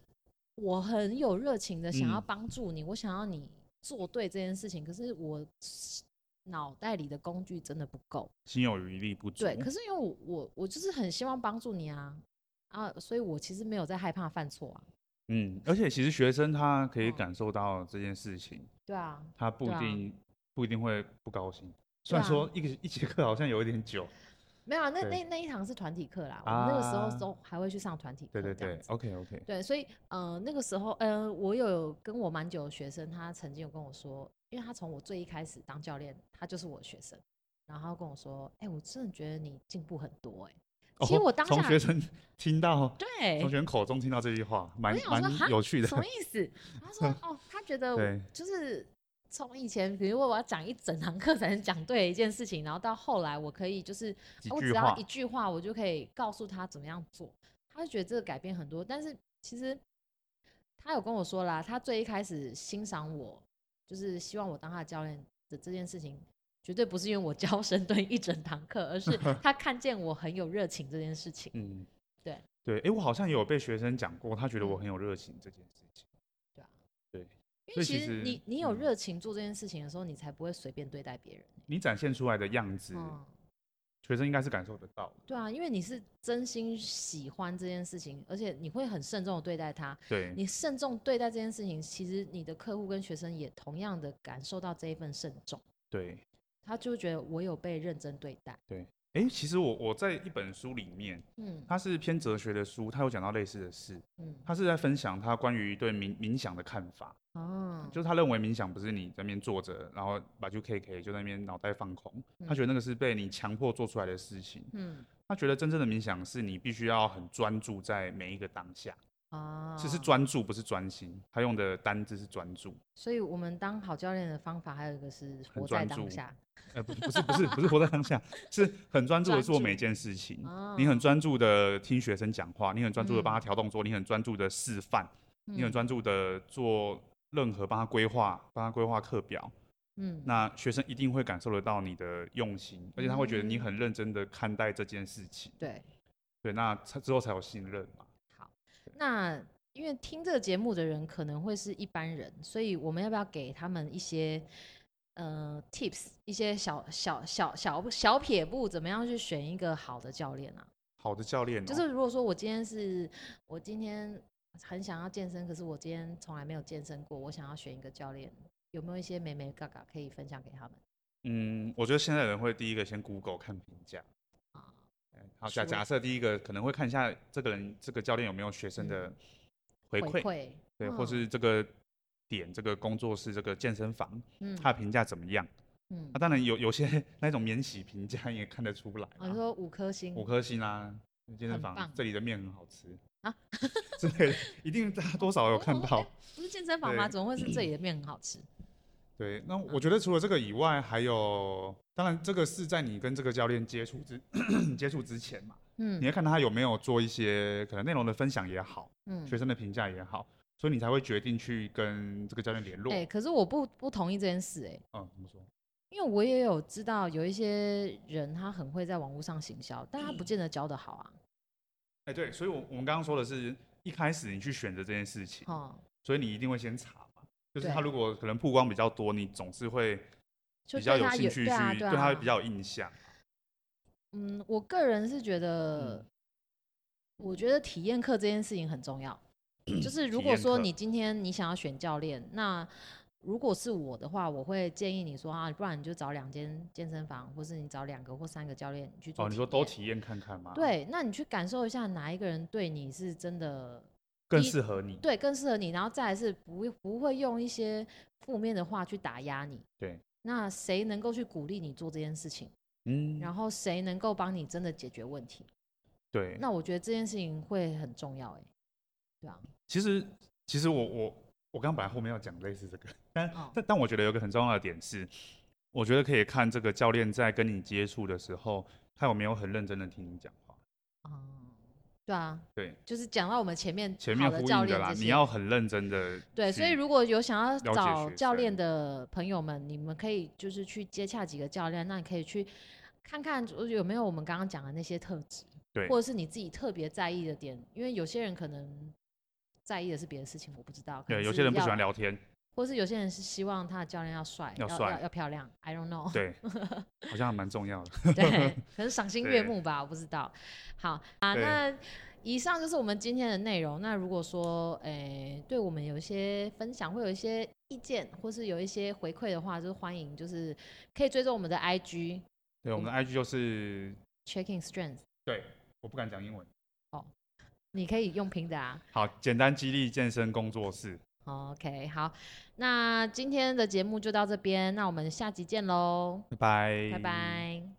Speaker 2: 我很有热情的想要
Speaker 1: 嗯
Speaker 2: 帮助你，我想要你做对这件事情，可是我是脑袋里的工具真的不够。
Speaker 1: 心有余力不足。
Speaker 2: 对，可是因为我我我就是很希望帮助你啊啊，所以我其实没有在害怕犯错啊。
Speaker 1: 嗯，而且其实学生他可以
Speaker 2: 嗯
Speaker 1: 感受到这件事情，
Speaker 2: 对啊，
Speaker 1: 他不
Speaker 2: 对
Speaker 1: 一
Speaker 2: 啊
Speaker 1: 定、不一定会不高兴。虽然
Speaker 2: 对啊
Speaker 1: 说一个一节课好像有一点久，
Speaker 2: 没有啊，那
Speaker 1: 对
Speaker 2: 那那一堂是团体课啦，我们那个时
Speaker 1: 啊
Speaker 2: 候都还会去上团体
Speaker 1: 对
Speaker 2: 课这
Speaker 1: 对
Speaker 2: 样子。
Speaker 1: 对，OK OK，
Speaker 2: 对，所以呃，那个时候，呃，我有跟我蛮久的学生，他曾经有跟我说，因为他从我最一开始当教练，他就是我的学生，然后他跟我说，哎、我真的觉得你进步很多、哎、其实我当
Speaker 1: 哦从
Speaker 2: 下
Speaker 1: 学生听到
Speaker 2: 对
Speaker 1: 从学，生口中听到这句话，蛮
Speaker 2: 想说哈
Speaker 1: 蛮有趣的
Speaker 2: 什。么意思？他说，哦，他觉得我
Speaker 1: 对，
Speaker 2: 就是从以前，比如我要讲一整堂课才能讲对一件事情，然后到后来我可以就是啊
Speaker 1: 几
Speaker 2: 我
Speaker 1: 句
Speaker 2: 只要
Speaker 1: 话
Speaker 2: 一句话，我就可以告诉他怎么样做，他就觉得这个改变很多。但是其实他有跟我说啦，他最一开始欣赏我，就是希望我当他的教练的这件事情，绝对不是因为我教深蹲一整堂课，而是他看见我很有热情这件事情。
Speaker 1: 嗯，
Speaker 2: 对
Speaker 1: 对，哎，我好像也有被学生讲过，他觉得我
Speaker 2: 嗯
Speaker 1: 很有热情这件事情。所
Speaker 2: 因为
Speaker 1: 以
Speaker 2: 其
Speaker 1: 其
Speaker 2: 实你
Speaker 1: 实
Speaker 2: 你有
Speaker 1: 嗯
Speaker 2: 热情做这件事情的时候，你才不会随便对待别人。
Speaker 1: 你展现出来的样子，
Speaker 2: 嗯，
Speaker 1: 学生应该是感受得到的。
Speaker 2: 对啊，因为你是真心喜欢这件事情，而且你会很慎重的对待他，
Speaker 1: 对，
Speaker 2: 你慎重对待这件事情，其实你的客户跟学生也同样的感受到这一份慎重，
Speaker 1: 对，
Speaker 2: 他就会觉得我有被认真对待。
Speaker 1: 哎、其实我我在一本书里面，
Speaker 2: 嗯
Speaker 1: 它是偏哲学的书，它有讲到类似的事，
Speaker 2: 嗯
Speaker 1: 它是在分享他关于对冥冥想的看法，
Speaker 2: 哦，
Speaker 1: 就是他认为冥想不是你在那边坐着，然后把就 K K 就在那边脑袋放空，他
Speaker 2: 嗯
Speaker 1: 觉得那个是被你强迫做出来的事情，
Speaker 2: 嗯
Speaker 1: 他觉得真正的冥想是你必须要很专注在每一个当下，
Speaker 2: 啊，
Speaker 1: 只是专注不是专心，他用的单字是专注，
Speaker 2: 所以我们当好教练的方法还有一个是活在
Speaker 1: 专
Speaker 2: 当
Speaker 1: 注
Speaker 2: 下。
Speaker 1: 呃，不是不是不是不是活在当下，是很专注的
Speaker 2: 专
Speaker 1: 做每
Speaker 2: 注
Speaker 1: 件事情。
Speaker 2: 哦
Speaker 1: 你很专注的听学生讲话，你很专注的帮
Speaker 2: 嗯
Speaker 1: 他调动作，你很专注的示范，你很
Speaker 2: 嗯
Speaker 1: 专注的做任何帮他规划、帮他规划课表，
Speaker 2: 嗯，
Speaker 1: 那学生一定会感受得到你的用心，而且他会觉得你很认真的看待这件事情。
Speaker 2: 对。
Speaker 1: 对，那才之后才有信任嘛。
Speaker 2: 那因为听这个节目的人可能会是一般人，所以我们要不要给他们一些呃 tips，一些小小小小小撇步，怎么样去选一个好的教练啊？
Speaker 1: 好的教练、哦、
Speaker 2: 就是如果说我今天是我今天很想要健身，可是我今天从来没有健身过，我想要选一个教练，有没有一些美眉嘎嘎可以分享给他们
Speaker 1: 嗯，我觉得现在人会第一个先 Google 看评价。
Speaker 2: 啊？
Speaker 1: 哎好，假
Speaker 2: 说
Speaker 1: 假设第一个可能会看一下这个人这个教练有没有学生的
Speaker 2: 嗯
Speaker 1: 回馈，
Speaker 2: 馈
Speaker 1: 对，或
Speaker 2: 嗯
Speaker 1: 是这个点这个工作室这个健身房
Speaker 2: 嗯
Speaker 1: 他的评价怎么样？
Speaker 2: 嗯
Speaker 1: 那、，当然有有些 那种免洗评价 也看得出来
Speaker 2: 哦我、你
Speaker 1: 嘛，
Speaker 2: 说五颗星
Speaker 1: 五颗星啦，健身
Speaker 2: 很
Speaker 1: 房
Speaker 2: 棒
Speaker 1: 这里的面很好吃
Speaker 2: 啊
Speaker 1: 之类的，一定大家多少有
Speaker 2: 我
Speaker 1: 看
Speaker 2: 怎么
Speaker 1: 到
Speaker 2: 哎。不是健身房吗？
Speaker 1: 对
Speaker 2: 怎么会是这里的面很好吃？
Speaker 1: 对，
Speaker 2: 嗯
Speaker 1: 那我觉得除了这个以外，还有，当然这个是在你跟这个教练接触之 接触之前嘛，
Speaker 2: 嗯
Speaker 1: 你要看他有没有做一些可能内容的分享也好，
Speaker 2: 嗯
Speaker 1: 学，生的评价也好，所以你才会决定去跟这个教练联络。
Speaker 2: 哎、可是我不不同意这件事、哎。
Speaker 1: 嗯，怎么说？
Speaker 2: 因为我也有知道有一些人他很会在网络上行销，但他不见得教的好啊。
Speaker 1: 哎、对，所以我我们刚刚说的是一开始你去选择这件事情，
Speaker 2: 哦、
Speaker 1: 所以你一定会先查嘛，就是
Speaker 2: 对
Speaker 1: 他如果可能曝光比较多，你总是会
Speaker 2: 就
Speaker 1: 比较
Speaker 2: 对
Speaker 1: 有
Speaker 2: 他
Speaker 1: 兴趣去
Speaker 2: 对啊，啊
Speaker 1: 他会比较有印象。
Speaker 2: 嗯，我个人是觉得，
Speaker 1: 嗯
Speaker 2: 我觉得体验课这件事情 很重要。就是如
Speaker 1: 体
Speaker 2: 果
Speaker 1: 验
Speaker 2: 说
Speaker 1: 课
Speaker 2: 你今天你想要选教练，那如果是我的话，我会建议你说啊，不然你就找两间健身房，或是你找两个或三个教练你去做。
Speaker 1: 哦，你说都。体验看看嘛，，
Speaker 2: 对，那你去感受一下哪一个人对你是真的
Speaker 1: 更
Speaker 2: 第一
Speaker 1: 适合你。
Speaker 2: 对，更适合你。然后再来是不会不会用一些负面的话去打压你。
Speaker 1: 对，
Speaker 2: 那谁能够去鼓励你做这件事情？
Speaker 1: 嗯，
Speaker 2: 然后谁能够帮你真的解决问题？
Speaker 1: 对，
Speaker 2: 那我觉得这件事情会很重要、欸。对啊，
Speaker 1: 其实其实我我我刚本来后面要讲类似这个，但、
Speaker 2: 哦
Speaker 1: 但但我觉得有个很重要的点是，我觉得可以看这个教练在跟你接触的时候，他有没有很认真的听你讲话。
Speaker 2: 嗯，对啊，
Speaker 1: 对，
Speaker 2: 就是讲到我们前面
Speaker 1: 前
Speaker 2: 好
Speaker 1: 面
Speaker 2: 的
Speaker 1: 呼
Speaker 2: 教
Speaker 1: 应
Speaker 2: 练
Speaker 1: 啦，
Speaker 2: 这些
Speaker 1: 你要很认真的。
Speaker 2: 对，所以如果有想要
Speaker 1: 解
Speaker 2: 找
Speaker 1: 学
Speaker 2: 教
Speaker 1: 生
Speaker 2: 练的朋友们，你们可以就是去接洽几个教练，那你可以去看看有没有我们刚刚讲的那些特质，
Speaker 1: 对
Speaker 2: 或者是你自己特别在意的点，因为有些人可能在意的是别的事情，我不知道。可
Speaker 1: 对，
Speaker 2: 能
Speaker 1: 有
Speaker 2: 是
Speaker 1: 些人不喜
Speaker 2: 要
Speaker 1: 欢，聊天，
Speaker 2: 或是有些人是希望他的教练要帅，
Speaker 1: 要
Speaker 2: 要
Speaker 1: 帅
Speaker 2: 要要漂亮，I don't know。
Speaker 1: 对，好像还蛮重要的。
Speaker 2: 对，可能赏心悦
Speaker 1: 对
Speaker 2: 目吧，我不知道。好啊，
Speaker 1: 对
Speaker 2: 那以上就是我们今天的内容。那如果说，诶、对我们有一些分享，会有一些意见，或是有一些回馈的话，就是欢迎，就是可以追踪我们的 IG
Speaker 1: 对，我们的 IG 就是，
Speaker 2: Checking Strength，
Speaker 1: 我不敢讲英文。
Speaker 2: 你可以用拼的啊。
Speaker 1: 好，简单激励健身工作室，
Speaker 2: 哦 OK，好，那今天的节目就到这边，那我们下集见喽，
Speaker 1: 拜拜，
Speaker 2: 拜拜。